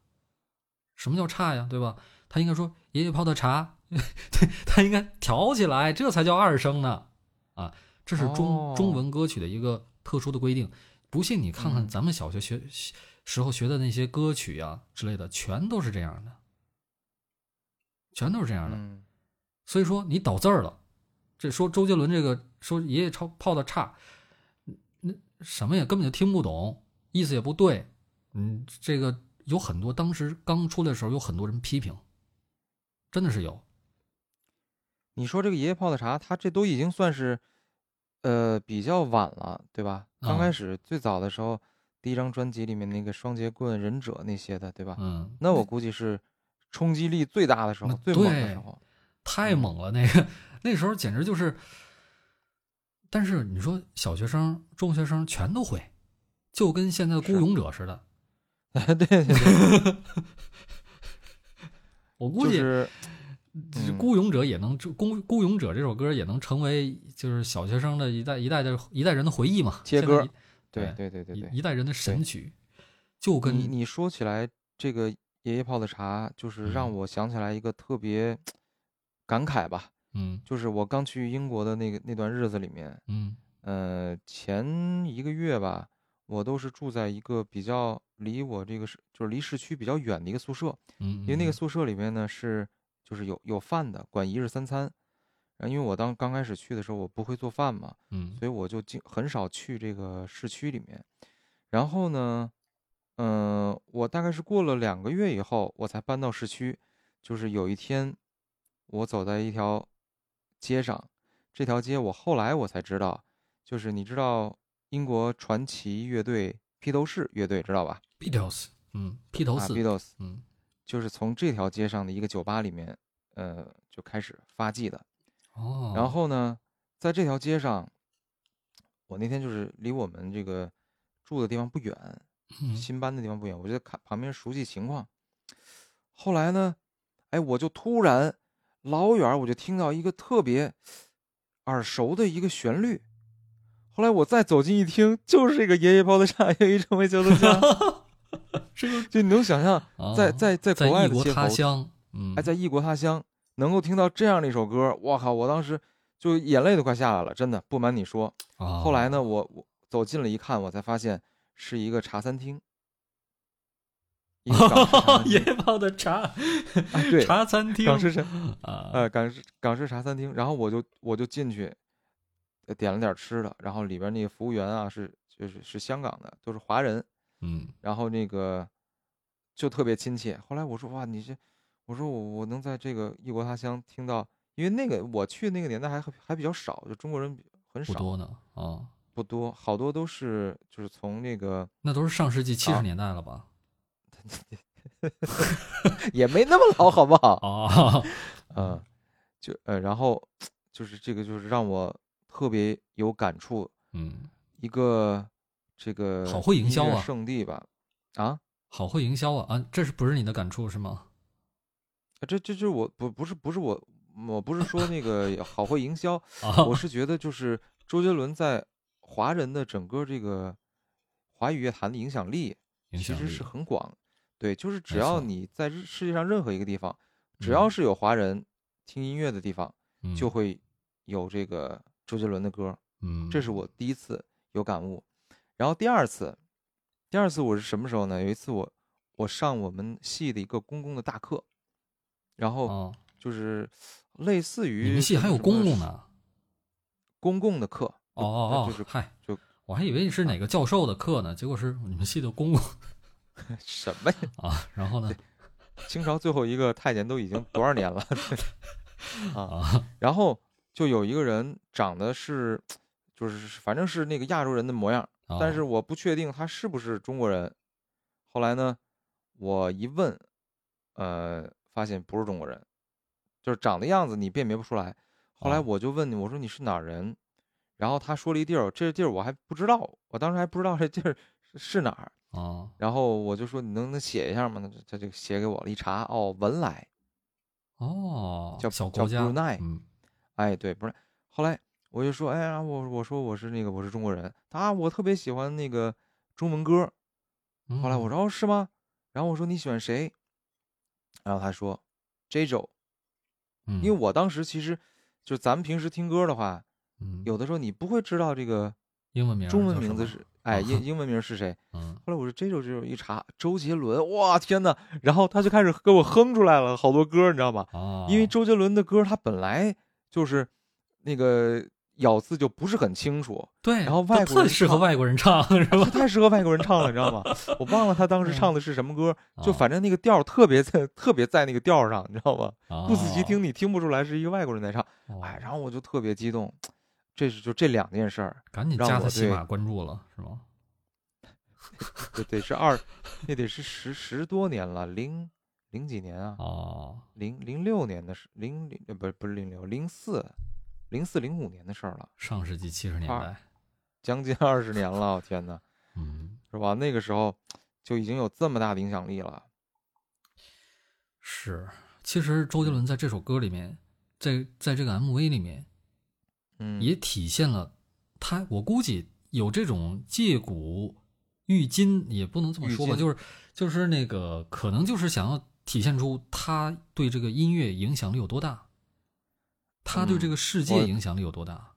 S2: 什么叫差呀？对吧？他应该说爷爷泡的茶， 他应该挑起来，这才叫二声呢。啊，这是中、
S1: 哦
S2: 中文歌曲的一个特殊的规定。不信你看看
S1: 嗯
S2: 咱们小学学、学时候学的那些歌曲啊之类的，全都是这样的，全都是这样的。
S1: 嗯
S2: 所以说你倒字儿了，这说周杰伦这个说爷爷抄泡的差，那什么也根本就听不懂，意思也不对。嗯，这个有很多当时刚出来的时候，有很多人批评，真的是有。
S1: 你说这个爷爷泡的茶，他这都已经算是，呃，比较晚了，对吧？刚
S2: 啊
S1: 开始最早的时候，第一张专辑里面那个双截棍、忍者那些的，对吧？
S2: 嗯，
S1: 那我估计是冲击力最大的时候
S2: 那，
S1: 最猛的
S2: 对
S1: 时候。
S2: 太猛了，那个那时候简直就是。但是你说小学生、中学生全都会，就跟现在的
S1: 是
S2: 孤勇者似的。
S1: 对对对，
S2: 我估
S1: 就
S2: 计
S1: 是嗯
S2: 孤勇者也能孤孤勇者这首歌也能成为就是小学生的一代一代的一代人的回忆嘛，
S1: 切
S2: 现在
S1: 歌
S2: 一
S1: 对
S2: 哎
S1: 对对对对
S2: 一。一代人的神曲，就
S1: 你
S2: 跟
S1: 你说起来这个爷爷泡的茶，就是让
S2: 嗯
S1: 我想起来一个特别感慨吧，
S2: 嗯
S1: 就是我刚去英国的那个那段日子里面，
S2: 嗯
S1: 呃，前一个月吧，我都是住在一个比较离我这个是就是离市区比较远的一个宿舍，
S2: 嗯，
S1: 因为那个
S2: 嗯
S1: 宿舍里面呢是就是有有饭的，管一日三餐。然后因为我当刚开始去的时候，我不会做饭嘛，
S2: 嗯
S1: 所以我就经很少去这个市区里面。然后呢，嗯、我大概是过了两个月以后，我才搬到市区。就是有一天，我走在一条街上，这条街我后来我才知道，就是你知道英国传奇乐队披头士乐队知道吧？
S2: Beatles 嗯披头
S1: 啊
S2: 士
S1: ，Beatles
S2: 嗯
S1: 就是从这条街上的一个酒吧里面，呃，就开始发迹的。
S2: 哦，
S1: 然后呢，在这条街上，我那天就是离我们这个住的地方不远，
S2: 嗯
S1: 新搬的地方不远，我就看旁边熟悉情况。后来呢，哎，我就突然老远我就听到一个特别耳熟的一个旋律。后来我再走近一听，就是这个爷爷包的炸，爷爷正味焦头酱。
S2: 是不是
S1: 就你能想象，
S2: 啊
S1: 在在在
S2: 在
S1: 国外
S2: 异
S1: 的
S2: 国
S1: 街头
S2: 他，乡，嗯，
S1: 哎，在异国他乡能够听到这样的一首歌，我靠！我当时就眼泪都快下来了，真的。不瞒你说，
S2: 啊
S1: 后来呢，我我走近了一看，我才发现是一个茶餐厅。一个港式茶餐
S2: 爷
S1: 厅
S2: 爷泡的茶
S1: 哎，对，
S2: 哦茶餐厅
S1: 港式茶，
S2: 啊，
S1: 呃，港式港式茶餐厅。然后我就我就进去，呃点了点吃的，然后里边那个服务员啊是就是是香港的，都是华人。
S2: 嗯
S1: 然后那个就特别亲切。后来我说哇，你这，我说我我能在这个异国他乡听到，因为那个我去那个年代还还比较少，就中国人比很
S2: 不
S1: 少，
S2: 多呢啊，
S1: 不多好多都是就是从那个
S2: 那都是上世纪七
S1: 啊
S2: 十年代了吧？
S1: 也没那么老，好不好？
S2: 啊，
S1: 嗯，哦就呃，然后就是这个就是让我特别有感触，
S2: 嗯，
S1: 一个这个
S2: 好会营
S1: 音
S2: 销
S1: 乐
S2: 啊
S1: 圣地吧，啊。
S2: 好会营销啊啊，这是不是你的感触是吗？
S1: 这这就是我不不是不是我我不是说那个好会营销，
S2: 啊，
S1: 我是觉得就是周杰伦在华人的整个这个华语乐坛的影响力
S2: 影
S1: 其
S2: 响
S1: 实
S2: 力
S1: 是很广。对，就是只
S2: 没
S1: 要
S2: 错
S1: 你在日世界上任何一个地方，只要
S2: 嗯
S1: 是有华人听音乐的地方，就
S2: 嗯
S1: 会有这个周杰伦的歌。
S2: 嗯，
S1: 这是我第一次有感悟。然后第二次，第二次我是什么时候呢？有一次我我上我们系的一个公共的大课，然后
S2: 哦，
S1: 就是类似于
S2: 你们系
S1: 什么
S2: 还有
S1: 什么
S2: 公共呢？
S1: 公共的课
S2: 哦哦
S1: 就
S2: 哦
S1: 是，
S2: 嗨，
S1: 就
S2: 我还以为是哪个教授的课呢，结果是你们系的公共
S1: 什么呀？
S2: 啊。然后呢，
S1: 清朝最后一个太监都已经多少年了？
S2: 啊，
S1: 然后就有一个人长得是，就是反正是那个亚洲人的模样，
S2: 啊
S1: 但是我不确定他是不是中国人。后来呢，我一问，呃，发现不是中国人，就是长的样子你辨别不出来。后来
S2: 哦
S1: 我就问你，我说你是哪儿人？然后他说了一地儿，这地儿我还不知道，我当时还不知道这地儿是是哪儿。
S2: 啊，
S1: 然后我就说你能能写一下吗？他就写给我了，一查哦，文莱，
S2: 哦，
S1: 叫
S2: 小
S1: 叫
S2: 国家，
S1: Brunei
S2: 嗯，
S1: 哎，对，不是。后来我就说，哎呀，我我说我是那个我是中国人，他、啊、我特别喜欢那个中文歌。后来我
S2: 说，
S1: 说哦是吗？然后我说你喜欢谁？然后他说 J j o
S2: 嗯
S1: 因为我当时其实就咱们平时听歌的话，
S2: 嗯
S1: 有的时候你不会知道这个
S2: 英文名儿
S1: 中文
S2: 叫什
S1: 名字
S2: 么
S1: 是哎
S2: 啊
S1: 英英文名是谁。
S2: 嗯，
S1: 后来我说 J j o 这种一查周杰伦，哇天呐！然后他就开始给我哼出来了好多歌，你知道吗？
S2: 哦，
S1: 因为周杰伦的歌他本来就是那个咬字就不是很清楚，
S2: 对，
S1: 然后
S2: 他
S1: 外国
S2: 特
S1: 人
S2: 适合
S1: 唱
S2: 外国人唱 是吧？嗯
S1: 他太适合外国人唱了，你知道吗？我忘了他当时唱的是什么歌，
S2: 啊
S1: 就反正那个调儿特别在特别在那个调儿上，你知道吗？
S2: 啊
S1: 不仔细听，你听不出来是一个外国人在唱。
S2: 哦
S1: 哎，然后我就特别激动，这是就这两件事儿，
S2: 赶紧
S1: 让
S2: 加
S1: 我
S2: 他喜
S1: 对
S2: 马关注了是吗？
S1: 这得是二，那得是十十多年了，零零几年啊，
S2: 哦，
S1: 零零六年的事，零零呃不是不是零六，零四零四零五年的事儿了，
S2: 上世纪七十年
S1: 二
S2: 代，
S1: 将近二十年了，我天哪！
S2: 嗯，
S1: 是吧？那个时候就已经有这么大的影响力了。
S2: 是。其实周杰伦在这首歌里面，在在这个 MV 里面，
S1: 嗯，
S2: 也体现了他，我估计有这种借古喻今，也不能这么说吧，
S1: 喻今
S2: 就是就是那个可能就是想要体现出他对这个音乐影响力有多大，他对这个世
S1: 嗯
S2: 界
S1: 我
S2: 影响力有多大。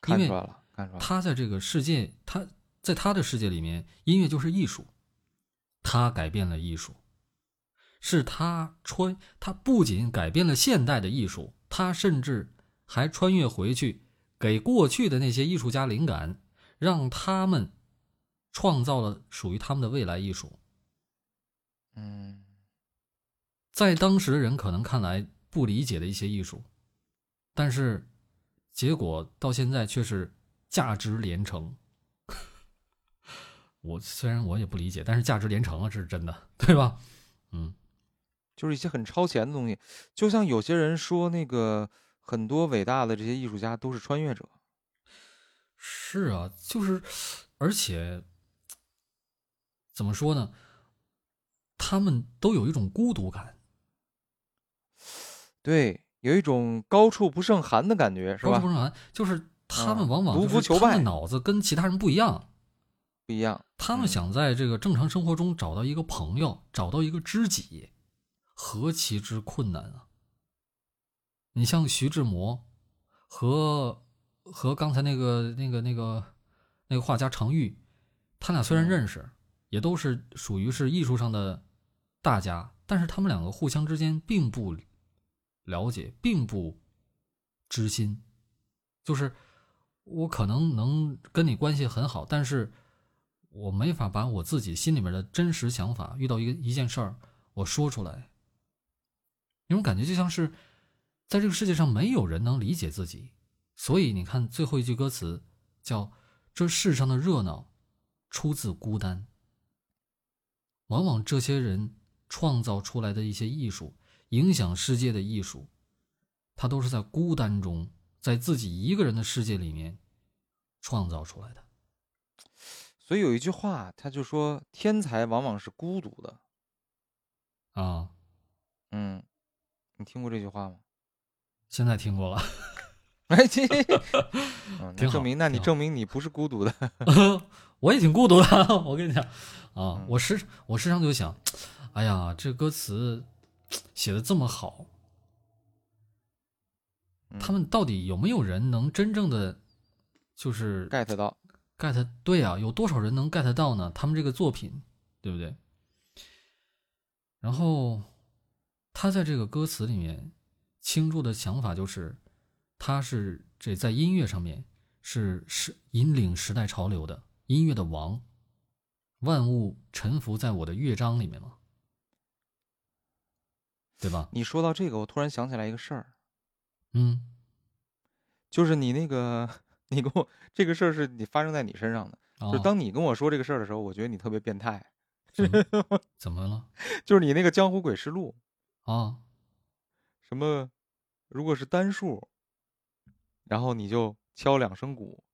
S1: 看
S2: 因为
S1: 出来了，看出来了。
S2: 他在这个世界，他在他的世界里面，音乐就是艺术，他改变了艺术，是他穿，他不仅改变了现代的艺术，他甚至还穿越回去，给过去的那些艺术家灵感，让他们创造了属于他们的未来艺术。
S1: 嗯，
S2: 在当时的人可能看来不理解的一些艺术，但是结果到现在却是价值连城。 我虽然我也不理解，但是价值连城啊，这是真的，对吧？嗯，
S1: 就是一些很超前的东西，就像有些人说那个很多伟大的这些艺术家都是穿越者。
S2: 是啊，就是，而且怎么说呢？他们都有一种孤独感，
S1: 对，有一种高处不胜寒的感觉，是
S2: 高处
S1: 吧
S2: 不？胜寒，就是他们往
S1: 嗯
S2: 往就
S1: 无福
S2: 是
S1: 求
S2: 他
S1: 败
S2: 们脑子跟其他人不一样，
S1: 不一样，
S2: 他们
S1: 嗯
S2: 想在这个正常生活中找到一个朋友，找到一个知己，何其之困难啊！你像徐志摩和和刚才那个那个那个那个画家常玉，他俩虽然
S1: 嗯
S2: 认识，也都是属于是艺术上的大家，但是他们两个互相之间并不了解，并不知心，就是我可能能跟你关系很好，但是我没法把我自己心里面的真实想法，遇到一个一件事儿，我说出来，那种感觉就像是在这个世界上没有人能理解自己，所以你看最后一句歌词叫“这世上的热闹出自孤单”，往往这些人创造出来的一些艺术，影响世界的艺术，它都是在孤单中，在自己一个人的世界里面创造出来的。
S1: 所以有一句话，他就说天才往往是孤独的。
S2: 啊，
S1: 嗯，你听过这句话吗？
S2: 现在听过了，
S1: 哎， 这，嗯，那
S2: 挺好
S1: 证明，那你
S2: 挺好
S1: 证明你不是孤独的。
S2: 我也挺孤独的。 我跟你讲，啊
S1: 嗯，
S2: 我时我时常就想，哎呀，这歌词写的这么好，他们到底有没有人能真正的就是
S1: 嗯 get 到，
S2: get 对啊，有多少人能 get 到呢？他们这个作品，对不对？然后他在这个歌词里面倾注的想法就是，他是这在音乐上面是是引领时代潮流的音乐的王，万物臣服在我的乐章里面嘛，对吧？
S1: 你说到这个，我突然想起来一个事儿，
S2: 嗯，
S1: 就是你那个， 你跟我这个事儿是你发生在你身上的，
S2: 哦
S1: 就是当你跟我说这个事儿的时候，我觉得你特别变态，
S2: 怎么怎么了
S1: 就是你那个江湖鬼事录，
S2: 啊？
S1: 什么，如果是单数，然后你就敲两声鼓，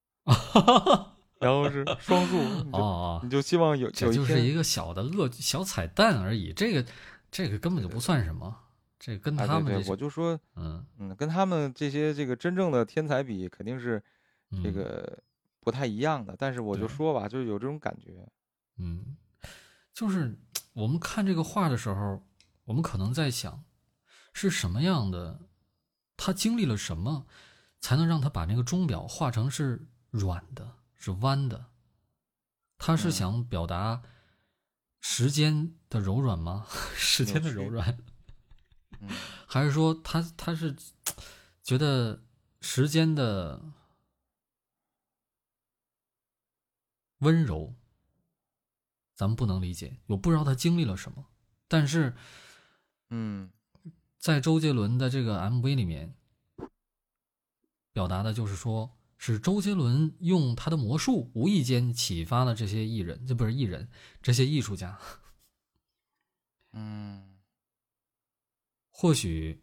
S1: 然后是双数，你
S2: 哦
S1: 就
S2: 哦，
S1: 你就希望有
S2: 这
S1: 有
S2: 就是一
S1: 天，
S2: 个小的乐小彩蛋而已，这个这个根本就不算什么，这个跟
S1: 哎，
S2: 他
S1: 对
S2: 们这
S1: 对，
S2: 些、
S1: 我就说，
S2: 嗯
S1: 嗯，跟他们这些这个真正的天才比，肯定是
S2: 嗯
S1: 这个不太一样的。但是我就
S2: 对
S1: 说吧，就是有这种感觉，
S2: 嗯，就是我们看这个画的时候，我们可能在想是什么样的，他经历了什么，才能让他把那个钟表画成是软的，是弯的？他是
S1: 嗯
S2: 想表达时间的柔软吗？ 时间
S1: 扭
S2: 的
S1: 曲
S2: 柔软，
S1: 嗯，
S2: 还是说他他是觉得时间的温柔，咱们不能理解，我不知道他经历了什么，但是
S1: 嗯，
S2: 在周杰伦的这个 MV 里面，表达的就是说，是周杰伦用他的魔术无意间启发了这些艺人，这不是艺人，这些艺术家。
S1: 嗯，
S2: 或许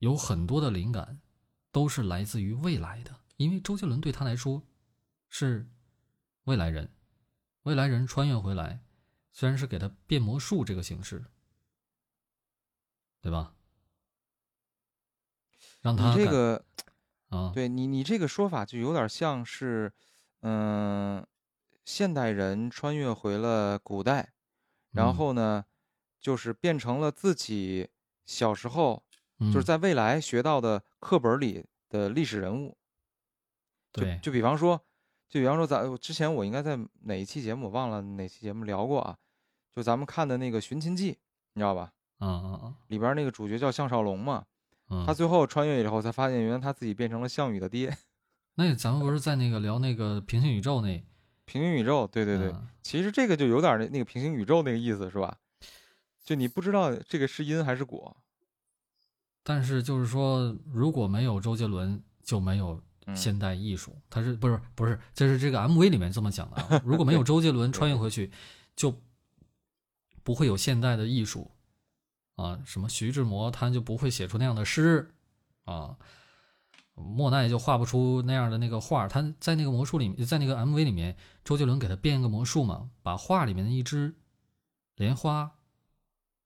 S2: 有很多的灵感都是来自于未来的，因为周杰伦对他来说是未来人，未来人穿越回来，虽然是给他变魔术这个形式，对吧？让他
S1: 嗯你这
S2: 感
S1: 个
S2: 啊，
S1: 对你你这个说法就有点像是，嗯、现代人穿越回了古代，然
S2: 嗯
S1: 后呢，就是变成了自己小时候就是
S2: 嗯
S1: 在未来学到的课本里的历史人物。就
S2: 对
S1: 就比方说，就比方说咱之前我应该在哪一期节目我忘了哪期节目聊过啊，就咱们看的那个《寻秦记》，你知道吧？
S2: 啊啊
S1: 里边儿那个主角叫项少龙嘛，
S2: 啊！
S1: 他
S2: 嗯
S1: 最后穿越以后才发现，原来他自己变成了项羽的爹。
S2: 那咱们不是在那个聊那个平行宇宙那？
S1: 平行宇宙，对对对，
S2: 嗯
S1: 其实这个就有点儿那那个平行宇宙那个意思是吧？就你不知道这个是因还是果，
S2: 但是就是说，如果没有周杰伦，就没有
S1: 嗯
S2: 现代艺术。他是不是不是？这是这个 MV 里面这么讲的啊。如果没有周杰伦穿越回去，就不会有现代的艺术啊。什么徐志摩他就不会写出那样的诗啊，莫奈就画不出那样的那个画儿。他在那个魔术里面，在那个 MV 里面，周杰伦给他变一个魔术嘛，把画里面的一只莲花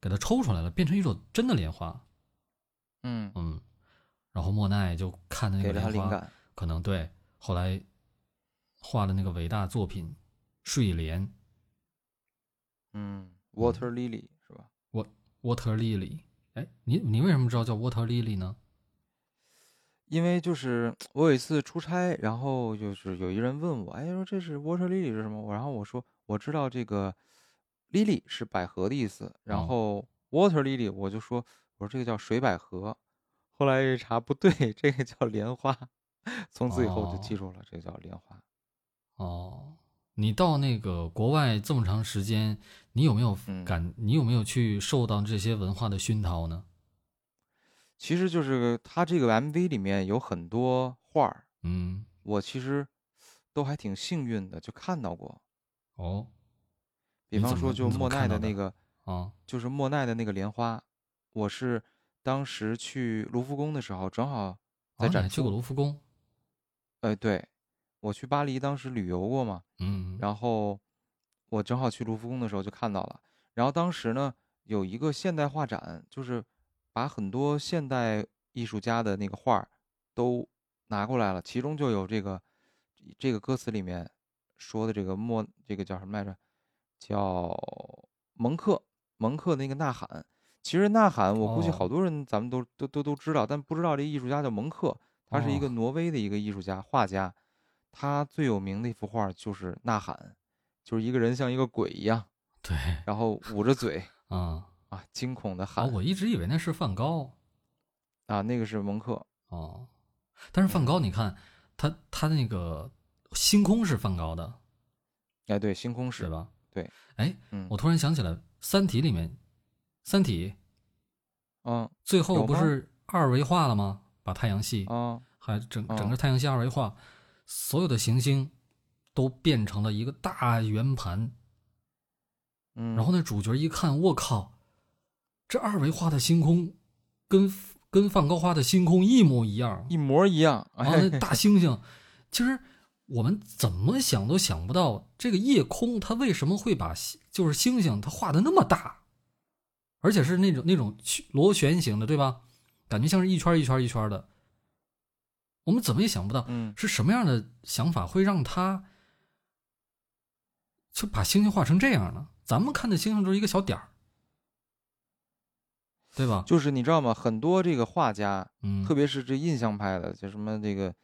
S2: 给它抽出来了，变成一朵真的莲花。
S1: 嗯，
S2: 嗯，然后莫奈就看那
S1: 给
S2: 个
S1: 了他
S2: 莲
S1: 灵
S2: 花，
S1: 感，
S2: 可能对后来画的那个伟大作品《睡莲
S1: 嗯，Water Lily 是吧？》
S2: （Water Lily）。哎，你你为什么知道叫 Water Lily 呢？
S1: 因为就是我有一次出差，然后就是有一人问我，哎，说这是 water lily 是什么？我然后我说我知道这个 lily 是百合的意思，
S2: 哦
S1: 然后 water lily 我就说我说这个叫水百合，后来一查不对，这个叫莲花，从此以后我就记住了，这个叫莲花。
S2: 哦，你到那个国外这么长时间，你有没有
S1: 嗯
S2: 感？你有没有去受到这些文化的熏陶呢？
S1: 其实就是它这个 MV 里面有很多画儿，
S2: 嗯，
S1: 我其实都还挺幸运的，就看到过。
S2: 哦，
S1: 比
S2: 你
S1: 方
S2: 怎
S1: 说
S2: 么
S1: 就
S2: 你怎么
S1: 莫奈
S2: 看到
S1: 的那
S2: 的
S1: 个
S2: 啊，
S1: 就是莫奈的那个莲花，我是当时去卢浮宫的时候，正好在
S2: 哦，你
S1: 展
S2: 还去过
S1: 出。
S2: 卢浮宫？
S1: 呃，对，我去巴黎当时旅游过嘛，
S2: 嗯，
S1: 然后我正好去卢浮宫的时候就看到了。然后当时呢，有一个现代画展，就是把很多现代艺术家的那个画儿都拿过来了，其中就有这个这个歌词里面说的这个莫这个叫什么来着？叫蒙克，蒙克那个《呐喊》。其实《呐喊》，我估计
S2: 哦
S1: 好多人咱们都都都都知道，但不知道这艺术家叫蒙克，他是一个
S2: 哦
S1: 挪威的一个艺术家、画家。他最有名的一幅画就是《呐喊》，就是一个人像一个鬼一样，
S2: 对
S1: 然后捂着嘴
S2: 啊，
S1: 啊，惊恐的
S2: 啊，
S1: 喊
S2: 我一直以为那是梵高
S1: 啊，那个是蒙克，
S2: 哦，但是梵高，你看他他那个星空是梵高的，
S1: 哎，对，星空
S2: 对
S1: 是，
S2: 吧？
S1: 对，
S2: 哎，
S1: 嗯
S2: 我突然想起来，《三体》里面，《三体》
S1: 嗯
S2: 最后
S1: 有
S2: 不
S1: 吗
S2: 是二维化了吗？把太阳系
S1: 啊，
S2: 还整整
S1: 哦
S2: 个太阳系二维化，所有的行星都变成了一个大圆盘。
S1: 嗯，
S2: 然后那主角一看，我靠，这二维化的星空跟跟梵高画的星空一模一样，
S1: 一模一样，
S2: 然后
S1: 哎，
S2: 那大猩猩，其实我们怎么想都想不到，这个夜空它为什么会把星就是星星它画的那么大，而且是那种那种曲螺旋形的，对吧？感觉像是一圈一圈一圈的。我们怎么也想不到
S1: 嗯
S2: 是什么样的想法会让它就把星星画成这样呢？咱们看的星星就是一个小点儿，对吧？
S1: 就是你知道吗？很多这个画家，
S2: 嗯，
S1: 特别是这印象派的，就什么这个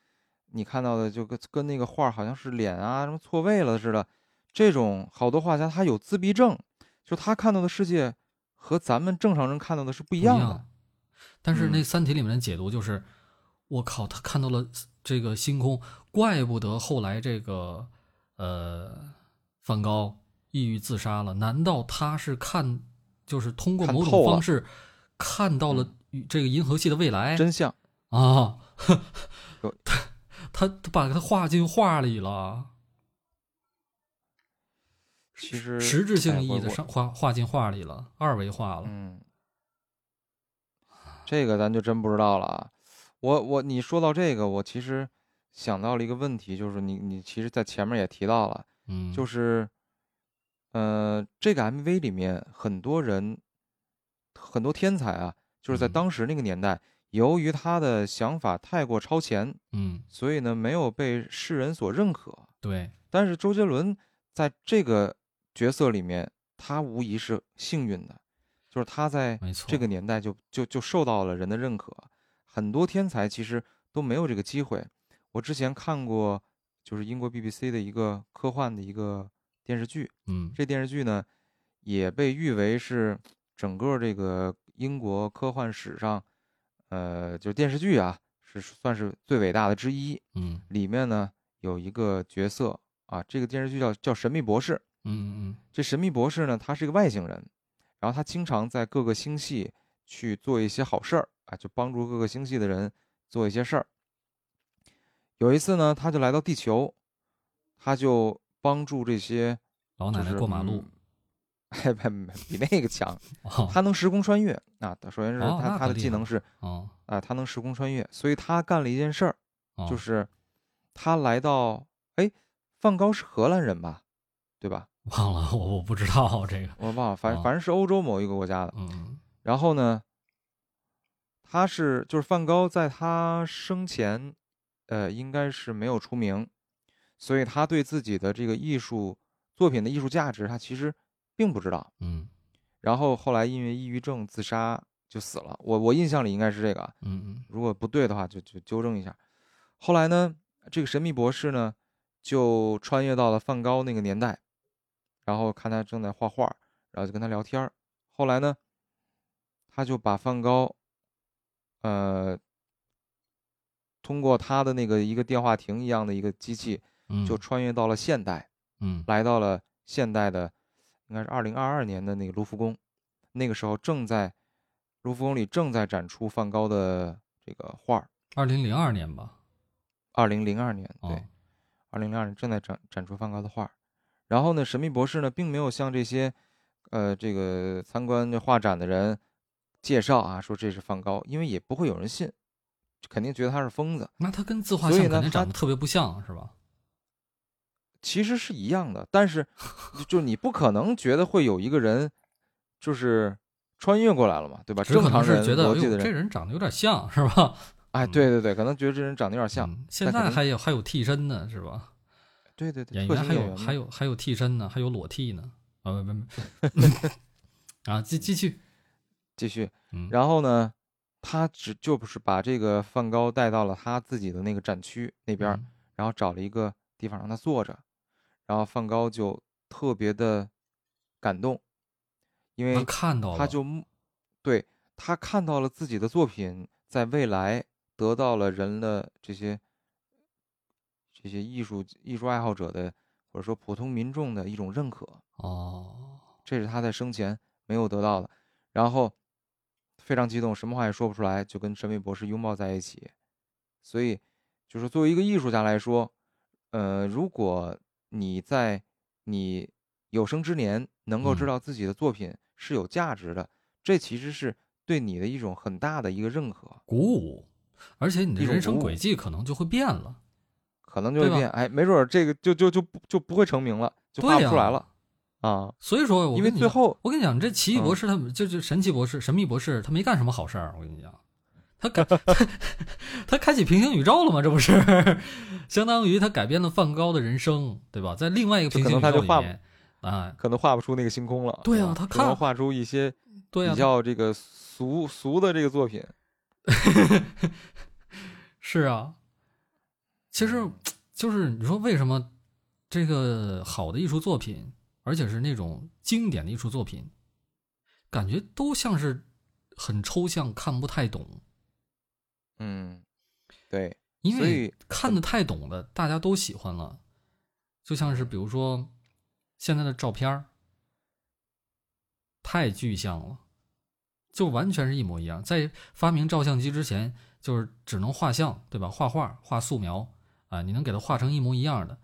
S1: 你看到的，就跟跟那个画儿好像是脸啊什么错位了似的，这种好多画家他有自闭症，就他看到的世界和咱们正常人看到的是不一
S2: 不
S1: 样的。。
S2: 但是那《
S1: 嗯
S2: 三体》里面的解读就是，我靠，他看到了这个星空，怪不得后来这个呃梵高抑郁自杀了。难道他是看就是通过
S1: 看
S2: 某种
S1: 透了
S2: 方式看到了与这个银河系的未来
S1: 真相。
S2: 啊？
S1: 有
S2: 他他他把它画进画里了，
S1: 其实
S2: 实质性
S1: 哎
S2: 意
S1: 我
S2: 义的
S1: 我
S2: 上画画进画里了，二维化了。
S1: 嗯，
S2: 啊
S1: 这个咱就真不知道了啊。我我你说到这个，我其实想到了一个问题，就是你你其实，在前面也提到了，
S2: 嗯，
S1: 就是是，呃，这个 MV 里面很多人，很多天才啊，就是在
S2: 嗯
S1: 当时那个年代，由于他的想法太过超前，
S2: 嗯，
S1: 所以呢没有被世人所认可。
S2: 对，
S1: 但是周杰伦在这个角色里面，他无疑是幸运的，就是他在
S2: 没错，
S1: 这个年代就就就受到了人的认可。很多天才其实都没有这个机会。我之前看过，就是英国 BBC 的一个科幻的一个电视剧，
S2: 嗯
S1: 这电视剧呢也被誉为是整个这个英国科幻史上，呃，就电视剧啊，是算是最伟大的之一。
S2: 嗯
S1: 里面呢有一个角色啊，这个电视剧叫叫《神秘博士》。
S2: 嗯嗯
S1: 这神秘博士呢，他是一个外星人，然后他经常在各个星系去做一些好事儿啊，就帮助各个星系的人做一些事儿。有一次呢，他就来到地球，他就帮助这些
S2: 老
S1: 就
S2: 奶奶
S1: 是
S2: 过马路。，
S1: 嗯哎，没没比那个强，
S2: 哦
S1: 他能时空穿越啊。首先是他、
S2: 哦那
S1: 他
S2: 可
S1: 的
S2: 厉
S1: 技
S2: 害
S1: 能
S2: 了
S1: 是
S2: 哦，
S1: 啊，他能时空穿越，所以他干了一件事儿，
S2: 哦
S1: 就是他来到，哎，梵高是荷兰人吧，对吧？
S2: 忘了，我我不知道这个，嗯
S1: 我忘了，反
S2: 啊
S1: 正反正是欧洲某一个国家的。
S2: 嗯
S1: 然后呢，他是就是梵高在他生前，呃，应该是没有出名，所以他对自己的这个艺术作品的艺术价值，他其实并不知道。
S2: 嗯
S1: 然后后来因为抑郁症自杀就死了。我我印象里应该是这个啊，
S2: 嗯嗯
S1: 如果不对的话就就纠正一下。后来呢，这个神秘博士呢就穿越到了梵高那个年代，然后看他正在画画，然后就跟他聊天儿。后来呢，他就把梵高，呃，通过他的那个一个电话亭一样的一个机器，
S2: 嗯，
S1: 就穿越到了现代。
S2: 嗯
S1: 来到了现代的，应该是二零二二年的那个卢浮宫，那个时候正在卢浮宫里正在展出梵高的这个画儿。
S2: 二零零二年吧，
S1: 二零零二年，
S2: 哦
S1: 对，二零零二年正在展展出梵高的画儿。然后呢，神秘博士呢，并没有向这些，呃，这个参观这画展的人介绍啊，说这是梵高，因为也不会有人信，肯定觉得他是疯子。
S2: 那他跟自画
S1: 所以
S2: 像
S1: 呢
S2: 肯定
S1: 他
S2: 长得特别不像是吧？
S1: 其实是一样的，但是就就你不可能觉得会有一个人就是穿越过来了嘛，对吧？
S2: 只可
S1: 正
S2: 能
S1: 常
S2: 是
S1: 人
S2: 觉得，
S1: 逻
S2: 哎
S1: 辑
S2: 呦，
S1: 的
S2: 这
S1: 人，
S2: 人长得有点像是吧？
S1: 哎，
S2: 嗯
S1: 对对对，可能觉得这人长得有点像，
S2: 嗯现
S1: 但可
S2: 在
S1: 能
S2: 还有还有替身呢是吧？
S1: 对对对，
S2: 演
S1: 特
S2: 员
S1: 型
S2: 还
S1: 演
S2: 有
S1: 员
S2: 还
S1: 有，
S2: 有还有替身呢，还有裸替呢啊不不不 啊继继续
S1: 继续，
S2: 嗯
S1: 然后呢，他只就不是把这个梵高带到了他自己的那个展区那边儿，
S2: 嗯
S1: 然后找了一个地方让他坐着，然后梵高就特别的感动，因为
S2: 他嗯看到了
S1: 他就目对他看到了自己的作品在未来得到了人的这些这些艺术艺术爱好者的或者说普通民众的一种认可，
S2: 哦
S1: 这是他在生前没有得到的。然后非常激动，什么话也说不出来，就跟神秘博士拥抱在一起。所以，就是作为一个艺术家来说，呃，如果你在你有生之年能够知
S2: 嗯
S1: 道自己的作品是有价值的，这其实是对你的一种很大的一个认可，
S2: 鼓舞，而且你的
S1: 一种
S2: 人生
S1: 鼓舞
S2: 轨迹可能就会变了，
S1: 可能就
S2: 对
S1: 会
S2: 吧
S1: 变，哎，没准儿这个就就就不就不会成名了，就画
S2: 对
S1: 不
S2: 呀
S1: 出来了啊，
S2: 所以说我
S1: 因
S2: 跟
S1: 为
S2: 你
S1: 最
S2: 讲
S1: 后
S2: 我跟你讲，这奇异
S1: 嗯
S2: 博士他们就就神奇博士、神秘博士，他没干什么好事儿。我跟你讲，他改 他他开启平行宇宙了吗？这不是相当于他改变了梵高的人生，对吧？在另外一个
S1: 就
S2: 平
S1: 可能
S2: 行宇
S1: 他
S2: 宙
S1: 就
S2: 里
S1: 画
S2: 面，啊，
S1: 可能画不出那个星空了。
S2: 对
S1: 是吧
S2: 啊他
S1: 只能
S2: 看
S1: 画出一些
S2: 对
S1: 比
S2: 啊，
S1: 较这个俗俗的这个作品，
S2: 是啊。其实就是你说为什么这个好的艺术作品，而且是那种经典的艺术作品，感觉都像是很抽象，看不太懂。
S1: 嗯，对，
S2: 因
S1: 所
S2: 为
S1: 以嗯
S2: 看得太懂的，大家都喜欢了。就像是比如说现在的照片儿，太具象了，就完全是一模一样。在发明照相机之前，就是只能画像，对吧？画画、画素描啊、你能给它画成一模一样的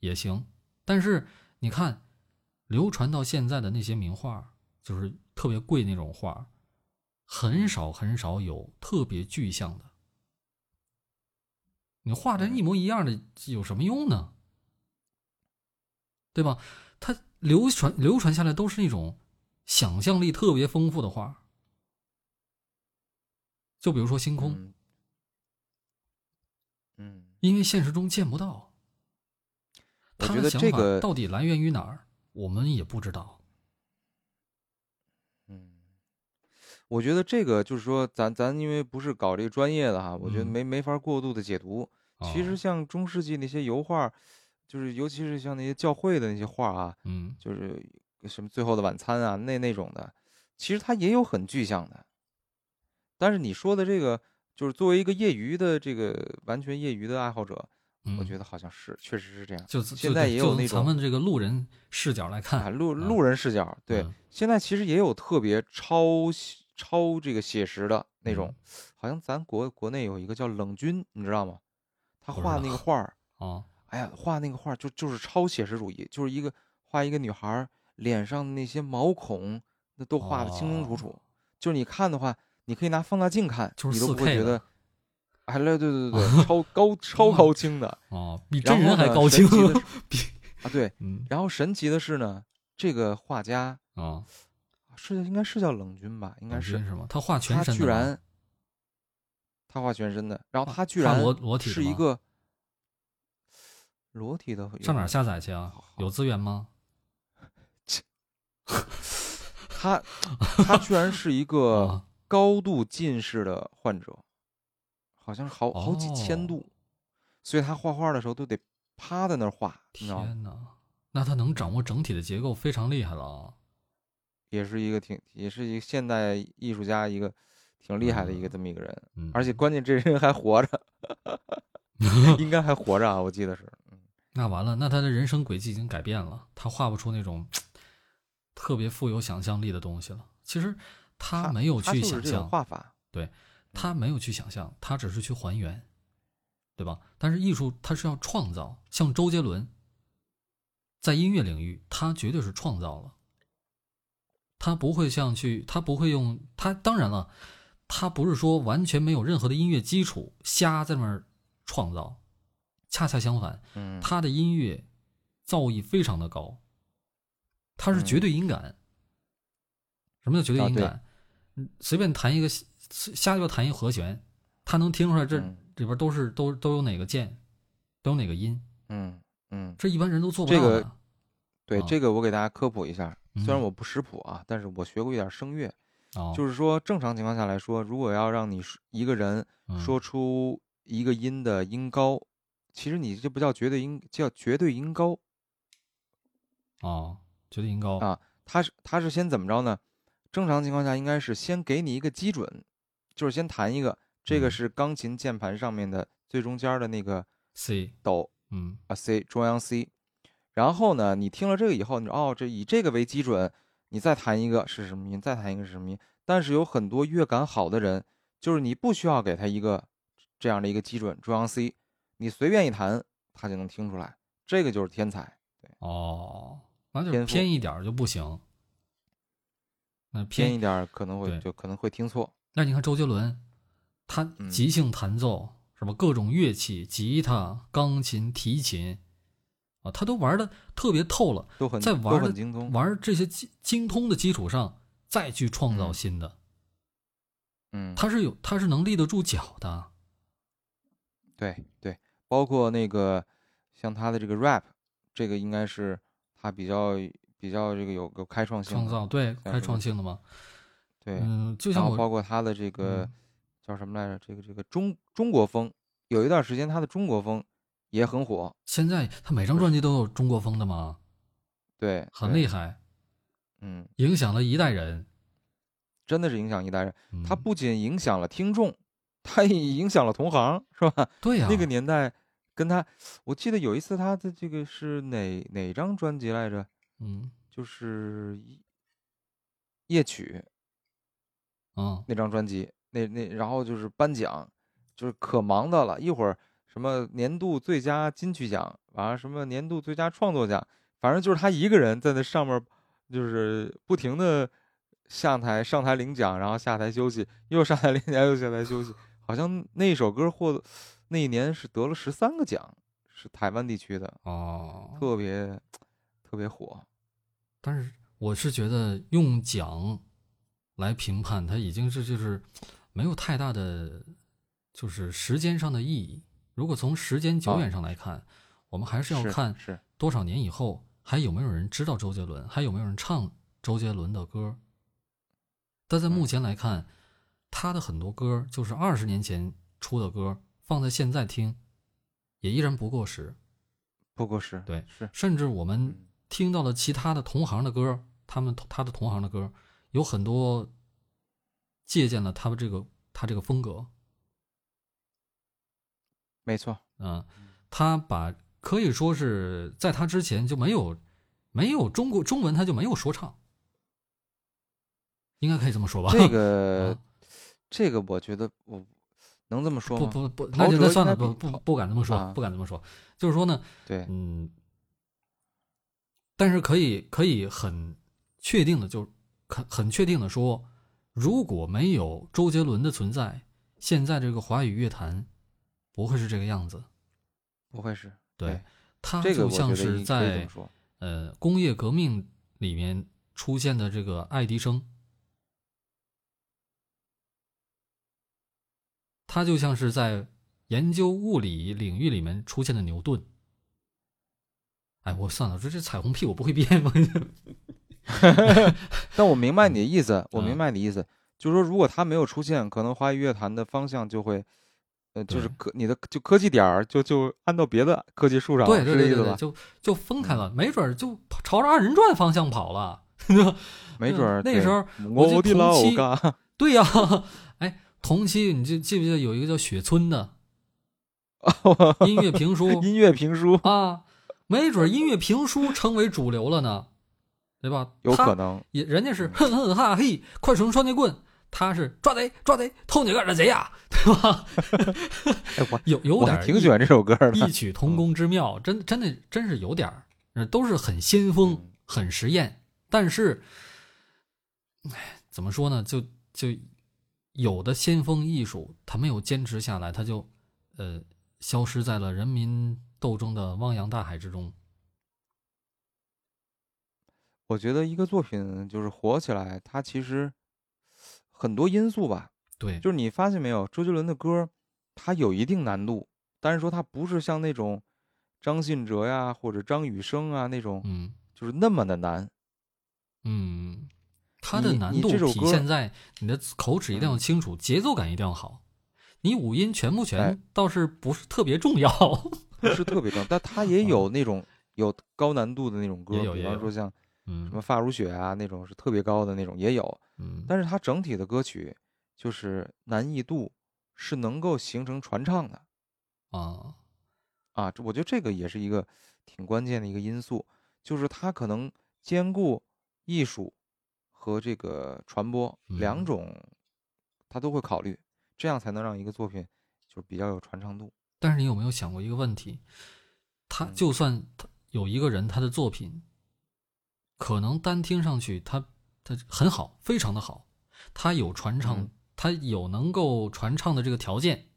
S2: 也行。但是你看，流传到现在的那些名画，就是特别贵那种画，很少很少有特别具象的。你画
S1: 嗯
S2: 的一模一样的有什么用呢？对吧？它流传流传下来都是那种想象力特别丰富的画，就比如说星空，
S1: 嗯，嗯，
S2: 因为现实中见不到。
S1: 我
S2: 他
S1: 觉
S2: 的
S1: 得
S2: 想
S1: 这
S2: 法
S1: 个
S2: 到底来源于哪儿，我们也不知道。
S1: 嗯，我觉得这个就是说，咱咱因为不是搞这个专业的哈，我觉得
S2: 嗯
S1: 没没法过度的解读。其实
S2: 哦，
S1: 像中世纪那些油画，就是尤其是像那些教会的那些画啊，
S2: 嗯，
S1: 就是什么《最后的晚餐》啊，那那种的，其实它也有很具象的。但是你说的这个，就是作为一个业余的这个完全业余的爱好者，我觉
S2: 得
S1: 得好像是，确实是这样。
S2: 嗯就
S1: 现在也有那
S2: 从
S1: 种
S2: 咱们这个路人视角来
S1: 啊，
S2: 看，
S1: 路
S2: 嗯
S1: 路人视角，对，
S2: 嗯
S1: 现在其实也有特别超写超这个写实的那种，
S2: 嗯
S1: 好像咱国国内有一个叫冷军，你知道吗？他
S2: 不知
S1: 画
S2: 道
S1: 那个画儿，
S2: 哦，
S1: 哎呀，画那个画儿就就是超写实主义，就是一个画一个女孩儿脸上的那些毛孔，那都画的清清楚
S2: 哦
S1: 楚。就是你看的话，你可以拿放大镜看，
S2: 就是
S1: 你都不会
S2: 4K
S1: 觉
S2: 的嗯
S1: 得，哎，对对对对 对，超高超高清的，
S2: 哦，比
S1: 然
S2: 真人
S1: 后
S2: 还
S1: 呢
S2: 高
S1: 神
S2: 清，
S1: 奇的
S2: 比
S1: 啊，对。
S2: 嗯
S1: 然后神奇的是呢，这个画家
S2: 啊，
S1: 是应该是叫冷军吧，应
S2: 应
S1: 该是
S2: 是吗？他画全
S1: 他
S2: 身
S1: 居
S2: 的吗，
S1: 然插画全身的，然后他居
S2: 放
S1: 然
S2: 裸裸体的
S1: 是一
S2: 吗
S1: 个裸体的，
S2: 上哪儿？下载去啊
S1: 好？好
S2: 有资源吗？
S1: 他他居然是 一个
S2: 啊，
S1: 高度近视的患者，好像是好好几
S2: 哦
S1: 千度，所以他画画的时候都得趴在那儿画，你知道吗？
S2: 天哪！那他能掌握整体的结构，非常厉害了啊！
S1: 也是一个挺也是一个现代艺术家，一个挺厉害的一个这么一个人，
S2: 嗯，
S1: 而且关键这人还活着， 应该还活着啊，我记得是。
S2: 那完了，那他的人生轨迹已经改变了，他画不出那种特别富有想象力的东西了。其实他没有
S1: 他
S2: 去
S1: 就是
S2: 想
S1: 这种
S2: 象，
S1: 画法，
S2: 他没有去想象，他只是去还原，对吧？但是艺术它是要创造，像周杰伦，在音乐领域，他绝对是创造了，他不会像去，他不会用他，当然了，他不是说完全没有任何的音乐基础，瞎在那儿创造，恰恰相反，
S1: 嗯，
S2: 他的音乐造诣非常的高，他是绝对音感。什么叫绝对音
S1: 嗯啊
S2: 感？嗯随便弹一个瞎瞎鸡巴弹一和弦，他能听出来这
S1: 嗯
S2: 里边都是都都有哪个键，都有哪个音，
S1: 嗯嗯，
S2: 这一般人都做不到
S1: 这
S2: 的。
S1: 个对
S2: 啊，
S1: 这个我给大家科普一下，
S2: 嗯
S1: 虽然我不识谱啊，但是我学过一点声乐，
S2: 哦，
S1: 就是说正常情况下来说，如果要让你说一个人
S2: 嗯
S1: 说出一个音的音高，其实你这不叫绝对音，叫绝对音高，
S2: 哦，绝对音高
S1: 啊它是它是先怎么着呢？正常情况下应该是先给你一个基准，就是先弹一个，这
S2: 嗯
S1: 个是钢琴键盘上面的最中间的那个
S2: C，
S1: 哆，
S2: 嗯
S1: 啊 C 中央 C，然后呢，你听了这个以后，你说哦，这以这个为基准，你再弹一个是什么音，再弹一个是什么音。但是有很多乐感好的人，就是你不需要给他一个这样的一个基准中央 C，你随便一弹，他就能听出来，这个就是天才。
S2: 哦，那就
S1: 天赋
S2: 偏一点儿就不行。那
S1: 偏一点儿可能
S2: 对
S1: 会就可能会听错。
S2: 那你看周杰伦，他
S1: 嗯
S2: 即兴弹奏什么各种乐器，吉他、钢琴、提琴，啊，他都玩的特别透了。
S1: 都很
S2: 在玩
S1: 都
S2: 的
S1: 很精通，
S2: 玩这些精精通的基础上，再去创造
S1: 嗯
S2: 新的，
S1: 嗯，
S2: 他是有，他是能立得住脚的。
S1: 对对，包括那个像他的这个 rap，这个应该是他比较比较这个有个开创性的，
S2: 创造对
S1: 像
S2: 开
S1: 是
S2: 创性的嘛，
S1: 对，
S2: 嗯，就
S1: 然
S2: 像
S1: 后包
S2: 我
S1: 括他的这个、
S2: 嗯
S1: 叫什么来着？这个这个中中国风，有一段时间他的中国风也很火，
S2: 现在他每张专辑都有中国风的嘛，
S1: 对，
S2: 很
S1: 对
S2: 厉害，
S1: 嗯，
S2: 影响了一代人。
S1: 真的是影响一代人。
S2: 嗯
S1: 他不仅影响了听众，他也影响了同行，是吧？
S2: 对呀、啊
S1: 那个年代跟他，我记得有一次他的这个是哪哪张专辑来着？
S2: 嗯
S1: 就是一夜曲
S2: 嗯
S1: 那张专辑，那那然后就是颁奖，就是可忙的了，一会儿什么年度最佳金曲奖，完了什么年度最佳创作奖，反正就是他一个人在那上面儿，就是不停的下台上台领奖，然后下台休息，又上台领奖，又下台休息，好像那首歌获得那一年是得了十三个奖，是台湾地区的，
S2: 哦，
S1: 特别特别火，
S2: 但是我是觉得用奖来评判，它已经是就是没有太大的就是时间上的意义。如果从时间久远上来看，我们还是要看
S1: 是是
S2: 多少年以后还有没有人知道周杰伦，还有没有人唱周杰伦的歌。但在目前来看，他的很多歌就是二十年前出的歌，放在现在听也依然不过时。
S1: 不过是
S2: 对
S1: 是
S2: 甚至我们
S1: 嗯
S2: 听到了其他的同行的歌，他们同他的同行的歌有很多借鉴了他们这个他这个风格，
S1: 没错，
S2: 嗯、他把可以说是在他之前就没有没有中国中文他就没有说唱，应该可以这么说吧？
S1: 这
S2: 啊
S1: 个这个我觉得我能这么说
S2: 不
S1: 吗？
S2: 不不，
S1: 陶
S2: 那就
S1: 喆
S2: 那算了，
S1: 应该
S2: 不
S1: 比
S2: 不
S1: 陶
S2: 不敢这么说
S1: 啊，
S2: 不敢这么说，就是说呢，
S1: 对，
S2: 嗯，但是可以可以很确定的，就很很确定的说，如果没有周杰伦的存在，现在这个华语乐坛不会是这个样子。
S1: 不会是
S2: 对，它
S1: 哎这个，
S2: 啊就
S1: 我觉
S2: 像
S1: 得
S2: 是
S1: 应可以这
S2: 在
S1: 么说，
S2: 呃工业革命里面出现的这个爱迪生，他就像是在研究物理领域里面出现的牛顿。哎，我算了，我说这彩虹屁我不会变吗？
S1: 但我明白你的
S2: 嗯
S1: 意思，我明白你的意思，就是说如果他没有出现，可能华语乐坛的方向就会，呃，就是
S2: 对
S1: 科你的就科技点儿就就按到别的科技树上，
S2: 对
S1: 了，
S2: 对
S1: 是这
S2: 对
S1: 意
S2: 对
S1: 思吧嗯
S2: 对，？就就分开了，没准儿就朝着二人转方向跑了， 对吧？
S1: 没准儿
S2: 嗯那
S1: 对
S2: 时候我
S1: 我
S2: 就
S1: 的老
S2: 同期
S1: 嘎，
S2: 对呀、 哎，同期你记记不记得有一个叫雪村的音乐评 书
S1: 音乐评书
S2: 啊？没准儿音乐评书成为主流了呢，对吧？
S1: 有
S2: 他
S1: 可能，
S2: 也人家是哼哼哈嘿，快使用双截棍，他是抓贼抓贼，偷你个儿的贼呀、对吧？
S1: 哎，我
S2: 有有
S1: 我
S2: 点
S1: 还
S2: 儿
S1: 挺喜欢这首歌的，
S2: 异曲同工之妙，真真的真是有点儿，呃都是很先锋
S1: 嗯、
S2: 很实验，但是，哎，怎么说呢？就就有的先锋艺术，它没有坚持下来，它就呃消失在了人民斗争的汪洋大海之中。
S1: 我觉得一个作品就是火起来，它其实很多因素吧，
S2: 对，
S1: 就是你发现没有，周杰伦的歌它有一定难度，但是说它不是像那种张信哲呀或者张雨生啊那种，
S2: 嗯
S1: 就是那么的难。
S2: 嗯，它的
S1: 你
S2: 难
S1: 你
S2: 度
S1: 这首
S2: 体
S1: 歌嗯
S2: 现在你的口齿一定要清楚，节奏感一定要好。你五音全不
S1: 哎
S2: 全倒是不是特别重要，
S1: 不是特别高，但 它也有那种有高难度的那种歌
S2: 也有，
S1: 比
S2: 也
S1: 方
S2: 有
S1: 说像
S2: 嗯
S1: 什么发如雪啊那种是特别高的那种也有，
S2: 嗯，
S1: 但是它整体的歌曲就是难易度是能够形成传唱的
S2: 啊。
S1: 啊，这我觉得这个也是一个挺关键的一个因素，就是它可能兼顾艺术和这个传播两
S2: 嗯
S1: 种，它都会考虑，这样才能让一个作品就是比较有传唱度。
S2: 但是你有没有想过一个问题？他
S1: 嗯
S2: 就算他有一个人，他的作品可能单听上去他他很好，非常的好，他有传唱，
S1: 嗯
S2: 他有能够传唱的这个条件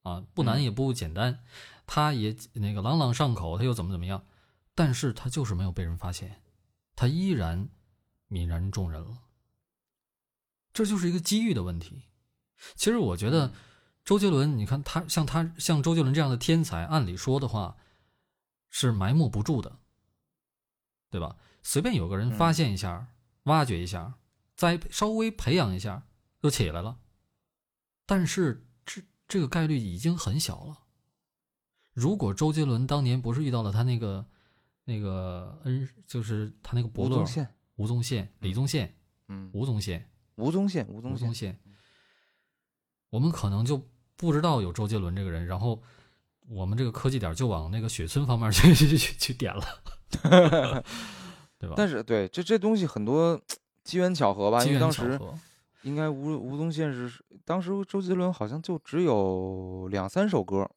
S2: 啊，不难
S1: 嗯
S2: 也不简单，他也那个朗朗上口，他又怎么怎么样，但是他就是没有被人发现，他依然泯然众人了。这就是一个机遇的问题。其实我觉得
S1: 嗯
S2: 周杰伦，你看他像他像周杰伦这样的天才，按理说的话是埋没不住的，对吧？随便有个人
S1: 嗯
S2: 发现一下，挖掘一下，栽稍微培养一下就起来了。但是这这个概率已经很小了。如果周杰伦当年不是遇到了他那个那个恩，就是他那个伯
S1: 吴
S2: 乐
S1: 宗宪，
S2: 吴宗宪、李宗宪、
S1: 嗯，
S2: 吴宗宪、
S1: 吴宗宪，吴宗
S2: 吴
S1: 宪
S2: 宗，宪，我们可能就不知道有周杰伦这个人，然后我们这个科技点就往那个雪村方面去 去去去点了， 对吧？
S1: 但
S2: 是
S1: 是对这这东西很多机缘巧合吧，
S2: 机
S1: 因为
S2: 缘
S1: 当
S2: 巧
S1: 时
S2: 合，
S1: 应该吴吴宗宪是当时周杰伦好像就只有两三首歌，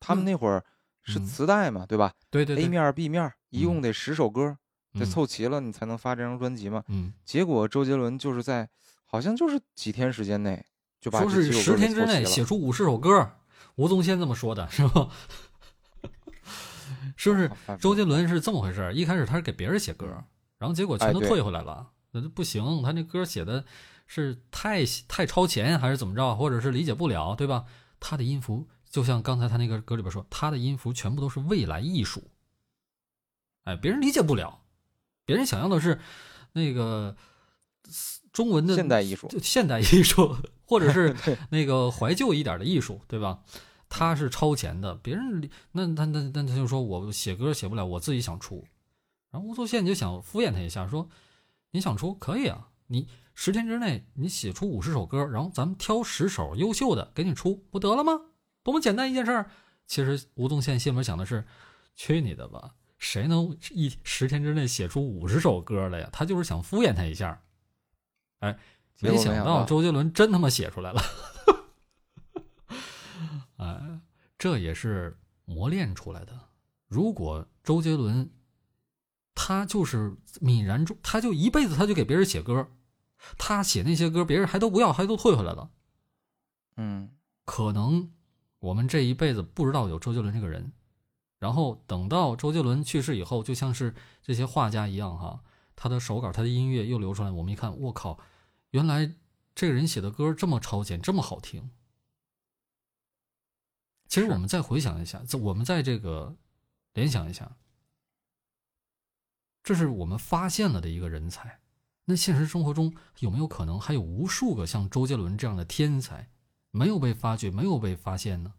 S1: 他们
S2: 嗯
S1: 那会儿是
S2: 嗯
S1: 磁带嘛，对吧
S2: 对对对
S1: ？A 面儿 B 面儿一共得十首歌，得
S2: 嗯
S1: 凑齐了你才能发这张专辑嘛。
S2: 嗯，
S1: 结果周杰伦就是在好像就是几天时间内就把
S2: 说
S1: 这
S2: 是
S1: 几首
S2: 十
S1: 歌给
S2: 天之
S1: 凑
S2: 内
S1: 齐
S2: 写
S1: 了，
S2: 出五十首歌，吴宗宪这么说的是吧？是不是
S1: 啊反
S2: 周杰伦是这么回事儿？一开始他是给别人写歌，然后结果全
S1: 哎
S2: 都
S1: 对
S2: 退回来了，那、就不行，他那歌写的是太太超前，还是怎么着，或者是理解不了，对吧？他的音符就像刚才他那个歌里边说，他的音符全部都是未来艺术，哎，别人理解不了，别人想要的是那个中文的
S1: 现代艺术
S2: 就现代艺术，或者是那个怀旧一点的艺术，对吧？他是超前的，别人理那那那那他就说我写歌写不了，我自己想出。然后吴宗宪就想敷衍他一下，说你想出可以啊，你十天之内你写出五十首歌，然后咱们挑十首优秀的给你出，不得了吗？多么简单一件事儿。其实吴宗宪心里面想的是，去你的吧，谁能一十天之内写出五十首歌来呀？他就是想敷衍他一下。哎，
S1: 结
S2: 没
S1: 果没
S2: 想
S1: 想
S2: 到
S1: 到
S2: 周杰伦真他妈写出来了。 哎，这也是磨练出来的。如果周杰伦他就是泯然众，他就一辈子他就给别人写歌，他写那些歌别人还都不要，还都退回来了。
S1: 嗯，
S2: 可能我们这一辈子不知道有周杰伦这个人，然后等到周杰伦去世以后，就像是这些画家一样哈，他的手稿、他的音乐又流出来，我们一看，我靠，原来这个人写的歌这么超前，这么好听，其实
S1: 是
S2: 我们再回想一下，在我们在这个联想一下，这是我们发现了的一个人才。那现实生活中有没有可能还有无数个像周杰伦这样的天才没有被发掘、没有被发现呢？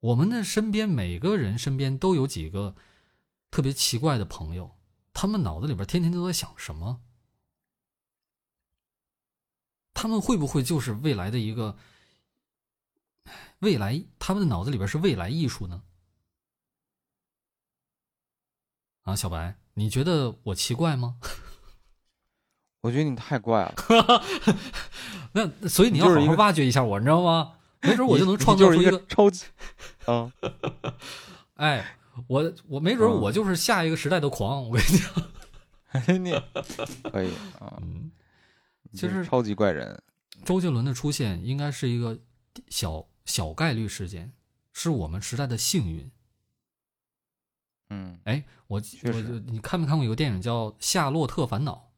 S2: 我们的身边每个人身边都有几个特别奇怪的朋友，他们脑子里边天天都在想什么？他们会不会就是未来的一个未来？他们的脑子里边是未来艺术呢？啊，小白，你觉得我奇怪吗？
S1: 我觉得你太怪了，
S2: 那所以你要
S1: 就是
S2: 好
S1: 一
S2: 好
S1: 个
S2: 挖掘一下我，你知道吗？没准我就
S1: 你
S2: 能
S1: 你
S2: 创
S1: 就
S2: 造
S1: 是
S2: 出
S1: 一
S2: 一个，
S1: 个超级，嗯，
S2: 哎，我我没准
S1: 嗯
S2: 我就是下一个时代的狂。我跟你讲，
S1: 你可以啊，
S2: 嗯，
S1: 你就是
S2: 其实
S1: 超级怪人，
S2: 周杰伦的出现应该是一个小小概率事件，是我们时代的幸运。
S1: 嗯，
S2: 哎，我
S1: 确
S2: 我
S1: 实
S2: 就你看没看过有个电影叫《夏洛特烦恼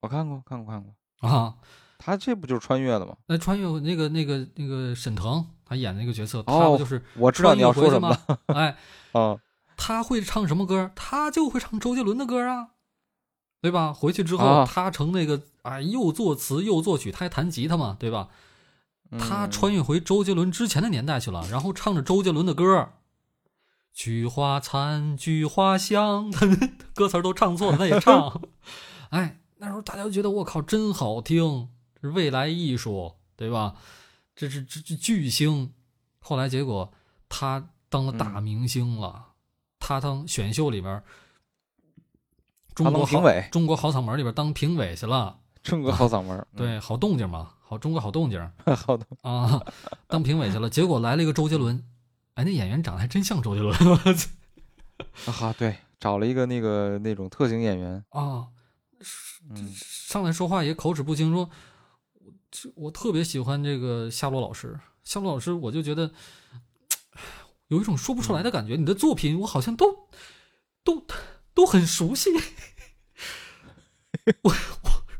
S1: 我看过，看过，看过，》
S2: 啊？
S1: 他这不就是穿越了吗？
S2: 那穿越那个那个那个沈腾他演的那个角色，他
S1: 哦
S2: 不就是
S1: 我知道你要说什么
S2: 么
S1: 了，
S2: 了？哎，
S1: 啊，
S2: 他会唱什么歌？他就会唱周杰伦的歌啊，对吧？回去之后，
S1: 啊
S2: 他成那个哎，又作词又作曲，他还弹吉他嘛，对吧？他
S1: 嗯
S2: 穿越回周杰伦之前的年代去了，然后唱着周杰伦的歌儿，“菊花残，菊花香”， 他歌词儿都唱错了，他 也唱。哎，那时候大家都觉得我靠，真好听，这是未来艺术，对吧？这是这这巨星。后来结果他当了大
S1: 嗯
S2: 明星了，他当选秀里边儿，中
S1: 他
S2: 国
S1: 当评
S2: 好
S1: 委，
S2: 中国好嗓门儿里边儿当评委去了。
S1: 中国好嗓门儿，
S2: 对，好动静嘛，好中国好动静。
S1: 嗯， 好的，
S2: 啊，当评委去 了，结果来了一个周杰伦，哎，那演员长得还真像周杰伦
S1: 啊哈，对，找了一个那个那种特型演员，
S2: 啊，
S1: 嗯，
S2: 上来说话也口齿不清，说，这我特别喜欢这个夏洛老师，夏洛老师，我就觉得有一种说不出来的感觉，你的作品我好像都都都很熟悉， 我我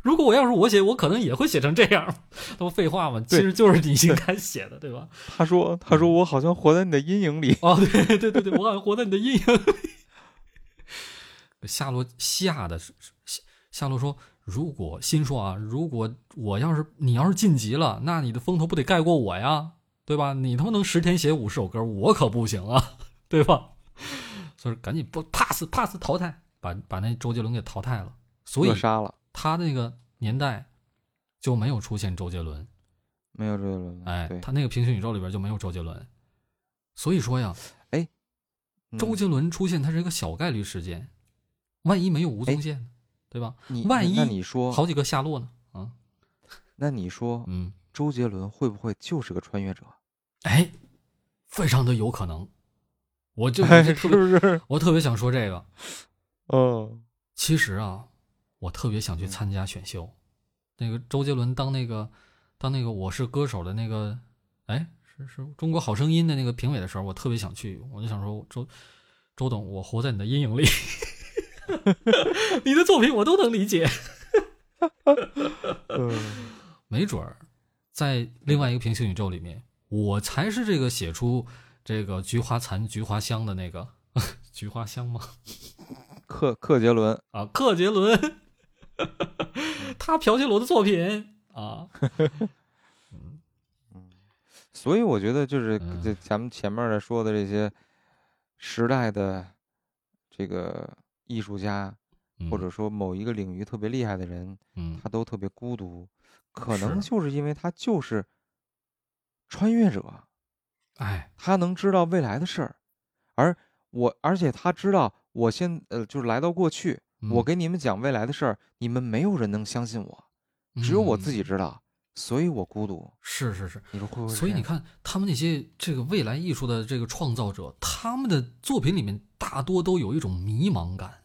S2: 如果我要是我写，我可能也会写成这样， 那不废话吗？其
S1: 对
S2: 实就是你应该写的，对吧？
S1: 他说他
S2: 嗯
S1: 说我好像活在你的阴影里，
S2: 哦，对对对对，我好像活在你的阴影里。 夏洛吓的是是夏夏洛说：“如果心说啊，如果我要是你要是晋级了，那你的风头不得盖过我呀，对吧？你他妈能十天写五十首歌，我可不行啊，对吧？ 所以赶紧不 pass pass 淘汰，把把那周杰伦给淘汰了。所以
S1: 扼杀了，
S2: 他那个年代就没有出现周杰伦，
S1: 没有周杰伦了，
S2: 哎
S1: 嗯对，，
S2: 他那个平行宇宙里边就没有周杰伦。所以说呀，
S1: 嗯
S2: 周杰伦出现，它是一个小概率事件，万一没有吴宗宪呢，对吧？
S1: 你
S2: 万
S1: 那
S2: 一
S1: 你说，
S2: 好几个夏洛呢？啊，
S1: 那你说
S2: 嗯，
S1: 周杰伦会不会就是个穿越者？
S2: 哎，非常的有可能。我就我就是特别，
S1: 不是？
S2: 我特别想说这个。
S1: 嗯，
S2: 其实啊，我特别想去
S1: 嗯
S2: 参加选秀，那个周杰伦当那个当那个我是歌手的那个，哎，是是中国好声音的那个评委的时候，我特别想去，我就想说周周董，我活在你的阴影里， 你的作品我都能理解。
S1: 嗯
S2: 没准儿在另外一个平行宇宙里面，我才是这个写出这个菊花残菊花香的那个 菊花香吗？
S1: 克克杰伦，
S2: 啊，克杰伦，他剽窃了我的作品啊，
S1: 所以我觉得就是
S2: 嗯
S1: 这咱们前面儿的说的这些时代的这个艺术家，
S2: 嗯
S1: 或者说某一个领域特别厉害的人，
S2: 嗯
S1: 他都特别孤独，可
S2: 是
S1: 能就是因为他就是穿越者，
S2: 哎，
S1: 他能知道未来的事儿，而我而且他知道我现呃就是来到过去，
S2: 嗯
S1: 我给你们讲未来的事儿，你们没有人能相信我，只有我自己
S2: 嗯
S1: 知道，所以我孤独。
S2: 是是是，
S1: 你说会不会？
S2: 所以你，看他们那些这个未来艺术的这个创造者，他们的作品里面大多都有一种迷茫感。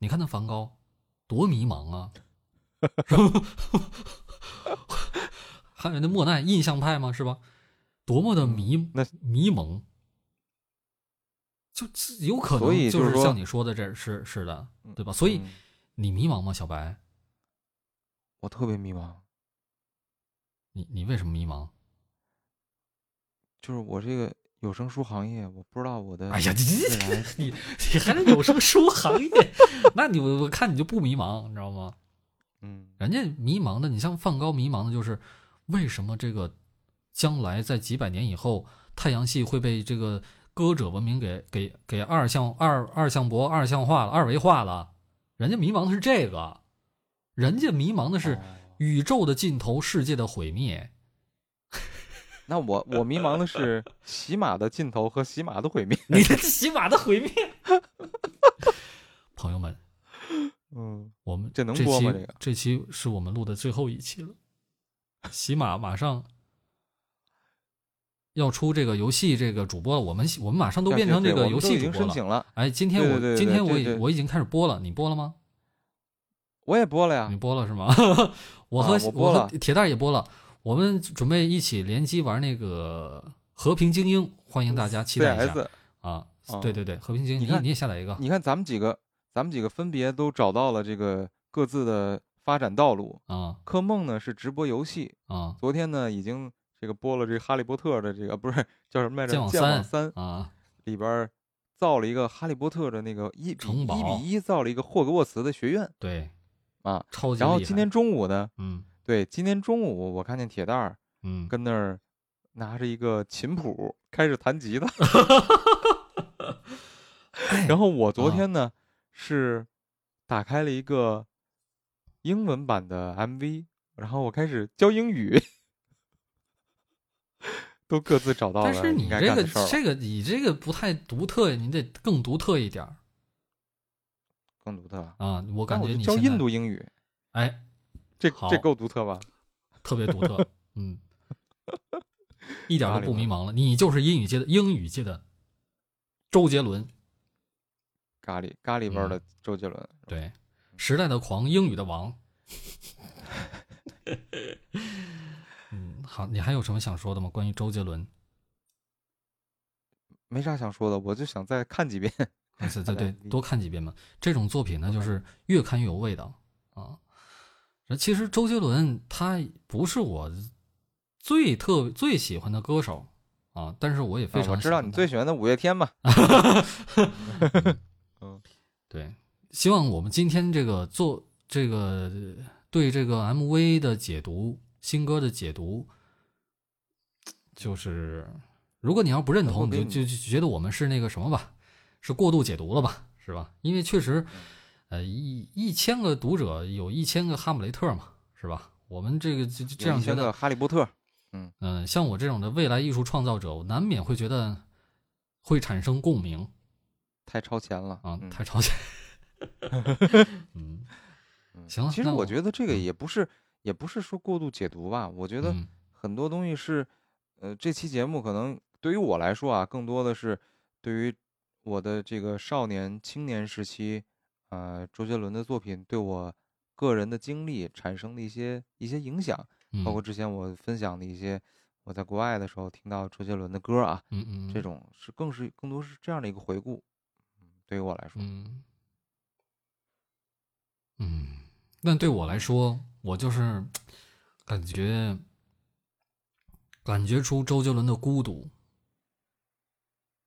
S2: 你看那梵高，多迷 茫啊！是吧还有那莫奈，印象派嘛，是吧？多么的迷
S1: 那
S2: 迷蒙，就自有可
S1: 所
S2: 能
S1: 以
S2: 就
S1: 就是
S2: 是
S1: 说
S2: 像你说的这是是的，对吧？所以
S1: 嗯
S2: 你迷茫吗，小白？
S1: 我特别迷茫，
S2: 你你为什么迷茫？
S1: 就是我这个有声书行业，我不知道我的
S2: 哎呀，你
S1: 未来
S2: 你你还是有声书行业， 那你我我看你就不迷茫，你知道吗？
S1: 嗯
S2: 人家迷茫的，你像梵高迷茫的就是为什么这个将来在几百年以后，太阳系会被这个歌者文明给给给二项二二项箔二项化了二维化了，人家迷茫的是这个，人家迷茫的是
S1: 哦
S2: 宇宙的尽头，世界的毁灭。
S1: 那我我迷茫的是 骑马的尽头和骑马的毁灭。
S2: 你 的骑马的毁灭，朋友们，
S1: 嗯，
S2: 我们
S1: 这能
S2: 期
S1: 播吗这个
S2: 这期是我们录的最后一期了。喜马马上要出这个游戏这个主播了，我们我们马上都
S1: 对
S2: 变
S1: 对
S2: 成这
S1: 对
S2: 个
S1: 我们
S2: 游
S1: 都
S2: 戏
S1: 已
S2: 主
S1: 经
S2: 播
S1: 申
S2: 了。
S1: 请了，
S2: 哎，今天我
S1: 对对对
S2: 今天
S1: 对
S2: 我已
S1: 对
S2: 我已经开始播了，你播了吗？
S1: 我也播了呀
S2: 你。播了是吗？ 我
S1: 啊
S2: 和、
S1: 我播
S2: 我和
S1: 了
S2: 铁蛋儿也播了，我们准备一起联机玩那个《和平精英》，欢迎大家期待一下
S1: CS，
S2: 啊！
S1: 哦
S2: 对对对，《和平精英》
S1: 你
S2: 你也
S1: 看
S2: 你也下载一个，
S1: 你看咱们几个，咱们几个分别都找到了这个各自的发展道路。
S2: 啊
S1: 柯梦呢是直播游戏，
S2: 啊
S1: 昨天呢已经这个播了这个《哈利波特》的这个不是叫什么来着，
S2: 剑网
S1: 《剑网
S2: 三
S1: 三》
S2: 啊！
S1: 里边儿造了一个《哈利波特》的那个一比
S2: 城堡
S1: 一比一造了一个霍格沃茨的学院
S2: 对，
S1: 啊。
S2: 超级
S1: 然后
S2: 厉
S1: 今
S2: 害
S1: 天中午呢，
S2: 嗯
S1: 对，今天中午我看见铁蛋儿
S2: 嗯，
S1: 跟那儿拿着一个琴谱开始弹吉他，
S2: 哎
S1: 然后我昨
S2: 啊
S1: 天呢、是打开了一个英文版的 MV，然后我开始教英语，都各自找到了
S2: 但是
S1: 应
S2: 你
S1: 该
S2: 这
S1: 干
S2: 个
S1: 的事儿了，
S2: 这个你这个不太独特，你得更独特一点儿
S1: 更独特。
S2: 啊！
S1: 那
S2: 我感觉
S1: 就
S2: 你
S1: 教
S2: 现在
S1: 印度英语，
S2: 哎
S1: 这
S2: 好
S1: 这够独特吧？
S2: 特别独 特，嗯，一点
S1: 哪
S2: 都
S1: 里
S2: 不迷
S1: 呢
S2: 茫了。你就是英语界的英语界的周杰伦，
S1: 咖喱咖喱味儿
S2: 嗯
S1: 的周杰伦，
S2: 对，时代的狂，英语的王。 嗯，好，你还有什么想说的吗？关于周杰伦？
S1: 没啥想说的，我就想再看几遍。
S2: 哎对对
S1: 看
S2: 对
S1: 来，你
S2: 多看几遍嘛。这种作品呢，就是越看越有味道啊。那其实周杰伦他不是我最特最喜欢的歌手啊，但是我也非
S1: 啊
S2: 常、
S1: 我知道你最喜欢的五月天嘛，
S2: 对。希望我们今天这个做这个对这个 MV 的解读、新歌的解读，就是如果你要不认
S1: 能
S2: 同，
S1: 够给
S2: 你就就
S1: 你
S2: 就觉得我们是那个什么吧，是过度解读了吧，是吧？因为确实，呃，一一千个读者有一千个哈姆雷特嘛，是吧？我们这个这这这样
S1: 有一
S2: 觉
S1: 千
S2: 得
S1: 个，哈利波特，
S2: 嗯、像我这种的未来艺术创造者，我难免会觉得会产生共鸣
S1: 太超前了
S2: 啊，
S1: 嗯
S2: 太 超前。嗯，
S1: 嗯
S2: 行了
S1: 其实
S2: 那我
S1: 我觉得这个
S2: 嗯
S1: 也不是，也不是说过度解读吧。我觉得
S2: 嗯
S1: 很多东西是，呃，这期节目可能对于我来说啊，更多的是对于我的这个少年、青年时期，呃，周杰伦的作品对我个人的经历产生的一些一些影响，
S2: 嗯
S1: 包括之前我分享的一些我在国外的时候听到周杰伦的歌啊，
S2: 嗯嗯
S1: 这种是更是更多是这样的一个回顾。嗯对于我来说，
S2: 嗯，嗯，那对我来说，我就是感觉感觉出周杰伦的孤独。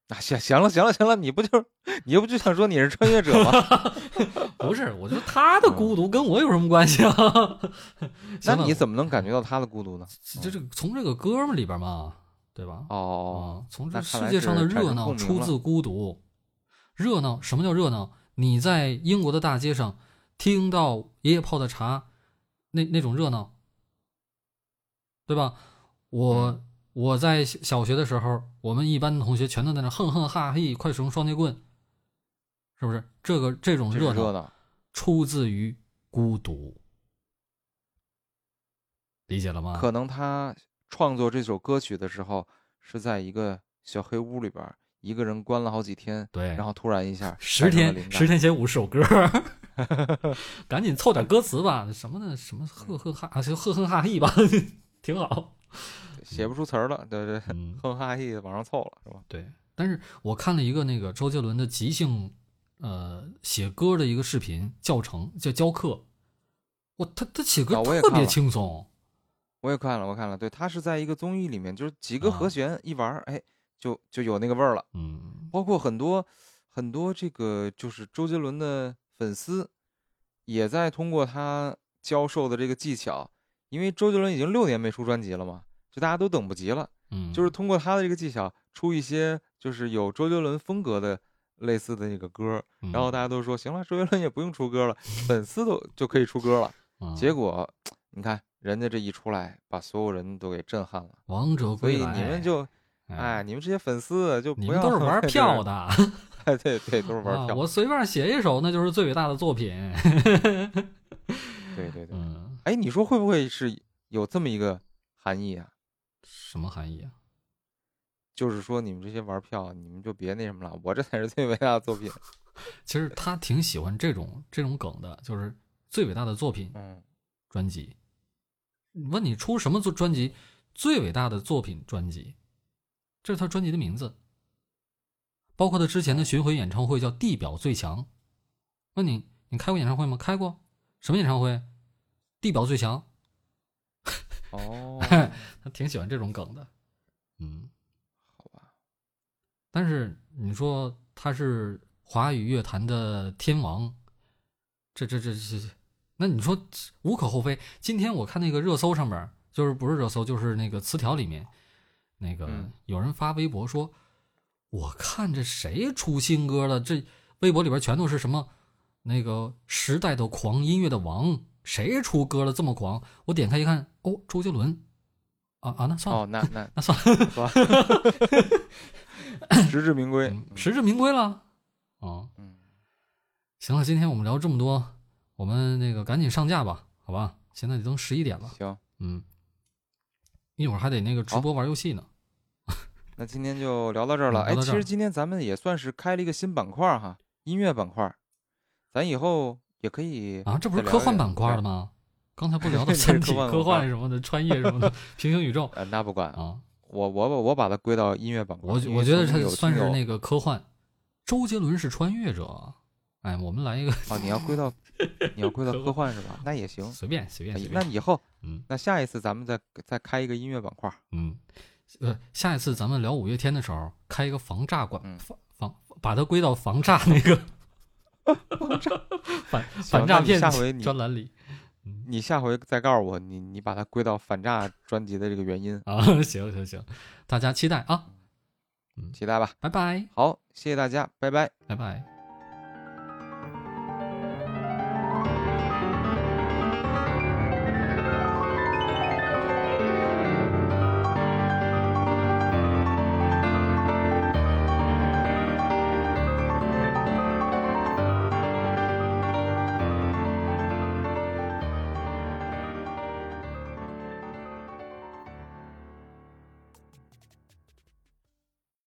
S1: 啊，行行了行了行了，你不就是你又不就想说你是穿越者吗？
S2: 不是，我觉得他的孤独跟我有什么关系啊？
S1: 嗯 那
S2: 行了嗯
S1: 你怎么能感觉到他的孤独呢？
S2: 这这个从这个歌儿里边嘛，对吧？
S1: 哦，
S2: 啊，从这
S1: 那看
S2: 世
S1: 来
S2: 界上的
S1: 是产
S2: 热
S1: 生
S2: 闹
S1: 共鸣
S2: 出
S1: 了
S2: 自孤独。热闹，什么叫热闹？你在英国的大街上听到爷爷泡的茶，那那种热闹，对吧？
S1: 嗯
S2: 我我在小小学的时候，我们一班同学全都在那哼哼哈嘿，快使用双截棍，是不是？这个这种
S1: 这
S2: 哦热
S1: 是热
S2: 闹
S1: 闹，
S2: 出自于孤独，理解了吗？
S1: 可能他创作这首歌曲的时候是在一个小黑屋里边儿，一个人关了好几天，
S2: 对，
S1: 然后突然一下
S2: 哎十天十
S1: 十
S2: 天写五十首歌， 赶紧凑点歌词吧，什么的什么呵呵哈啊，就呵呵哈嘿吧， 挺好。
S1: 写不出词儿了，对对，
S2: 嗯，
S1: 哼哈嘿往上凑了是吧？
S2: 对。但是我看了一个那个周杰伦的即兴，呃，写歌的一个视频教程，叫教课。哇，他他写歌
S1: 啊我也
S2: 特
S1: 看
S2: 别
S1: 了
S2: 轻松，
S1: 我也看了，我看了，对他是在一个综艺里面，就是几个
S2: 啊
S1: 和弦一玩，儿，哎，就就有那个味儿了。
S2: 嗯
S1: 包括很多很多这个就是周杰伦的粉丝，也在通过他教授的这个技巧，因为周杰伦已经六年没出专辑了嘛，就大家都等不及了，
S2: 嗯，
S1: 就是通过他的这个技巧出一些就是有周杰伦风格的类似的那个歌儿，
S2: 嗯，
S1: 然后大家都说行了，周杰伦也不用出歌了，粉丝都就可以出歌了。
S2: 嗯
S1: 结果你看人家这一出来，把所有人都给震撼了，
S2: 嗯王者
S1: 所
S2: 归
S1: 以
S2: 来，
S1: 你们就哎，
S2: 哎，
S1: 你们这些粉丝就
S2: 你
S1: 不
S2: 们
S1: 要
S2: 都是玩
S1: 的，
S2: 票的，
S1: 哎， 对对，都是玩
S2: 啊
S1: 票，
S2: 我随便写一首，那就是最伟大的作品。
S1: 对对对。
S2: 嗯，
S1: 哎，你说会不会是有这么一个含义啊？
S2: 什么含义啊？
S1: 就是说你们这些玩票，你们就别那什么了，我这才是最伟大的作 品。
S2: 其实他挺喜欢这种这种梗的，就是最伟大的作品
S1: 嗯，
S2: 专辑。你问你出什么作专辑？最伟大的作品专辑，这是他专辑的名字。包括他之前的巡回演唱会叫《地表最强》。问你，你开过演唱会吗？开过。什么演唱会？地表最强。
S1: 哦，
S2: 他挺喜欢这种梗的。嗯，
S1: 好吧，
S2: 但是你说他是华语乐坛的天王，这这这这，那你说无可厚非。今天我看那个热搜上面，就是不是热搜，就是那个词条里面，那个
S1: 嗯
S2: 有人发微博说，我看这谁出新歌了？这微博里边全都是什么那个时代的狂，音乐的王，谁出歌了这么狂？我点开一看，哦，周杰伦，啊啊，那算了，
S1: 哦，那那
S2: 那算了。
S1: 好吧，实至名归。
S2: 嗯
S1: 嗯
S2: 实至名归了。哦，
S1: 嗯，
S2: 行了，今天我们聊这么多，我们那个赶紧上架吧，好吧？现在已经十一点了，
S1: 行，
S2: 嗯，一会儿还得那个直
S1: 哦
S2: 播玩游戏呢。
S1: 那今天就聊到这儿了。
S2: 嗯
S1: 哎，
S2: 聊到
S1: 其
S2: 这儿
S1: 实今天咱们也算是开了一个新板块儿哈，音乐板块儿，咱以后也可以
S2: 啊，这不是
S1: 再聊
S2: 科幻
S1: 一聊
S2: 板块了？吗？刚才不 聊到
S1: 这是
S2: 三体、
S1: 科幻板
S2: 科
S1: 块
S2: 幻什么的、穿越什么的、 平行宇宙
S1: 呃，那不管，
S2: 啊，
S1: 我我把我把它归到音乐板块儿。
S2: 我
S1: 因为
S2: 我觉得
S1: 曾经
S2: 这
S1: 有
S2: 算
S1: 听
S2: 是
S1: 友
S2: 那个科幻。周杰伦是穿越者，哎，我们来一个
S1: 哦，你要归 到你要归到
S2: 科，
S1: 科幻是吧？那也行
S2: 随便随便
S1: 哎
S2: 随
S1: 那
S2: 便，
S1: 以后
S2: 嗯
S1: 那下一次咱们再再开一个音乐板块儿，
S2: 嗯，呃，下一次咱们聊五月天的时候，开一个防诈管
S1: 嗯
S2: 防防，把它归到防诈 那个反
S1: 行
S2: 反诈
S1: 那你
S2: 骗
S1: 下回你
S2: 专栏里
S1: 你下回再告诉我，你你把它归到反诈专辑的这个原因，
S2: 啊， 行行行，大家期待啊，
S1: 期待吧。
S2: 拜拜
S1: 好，谢谢大家，拜拜。
S2: 拜拜。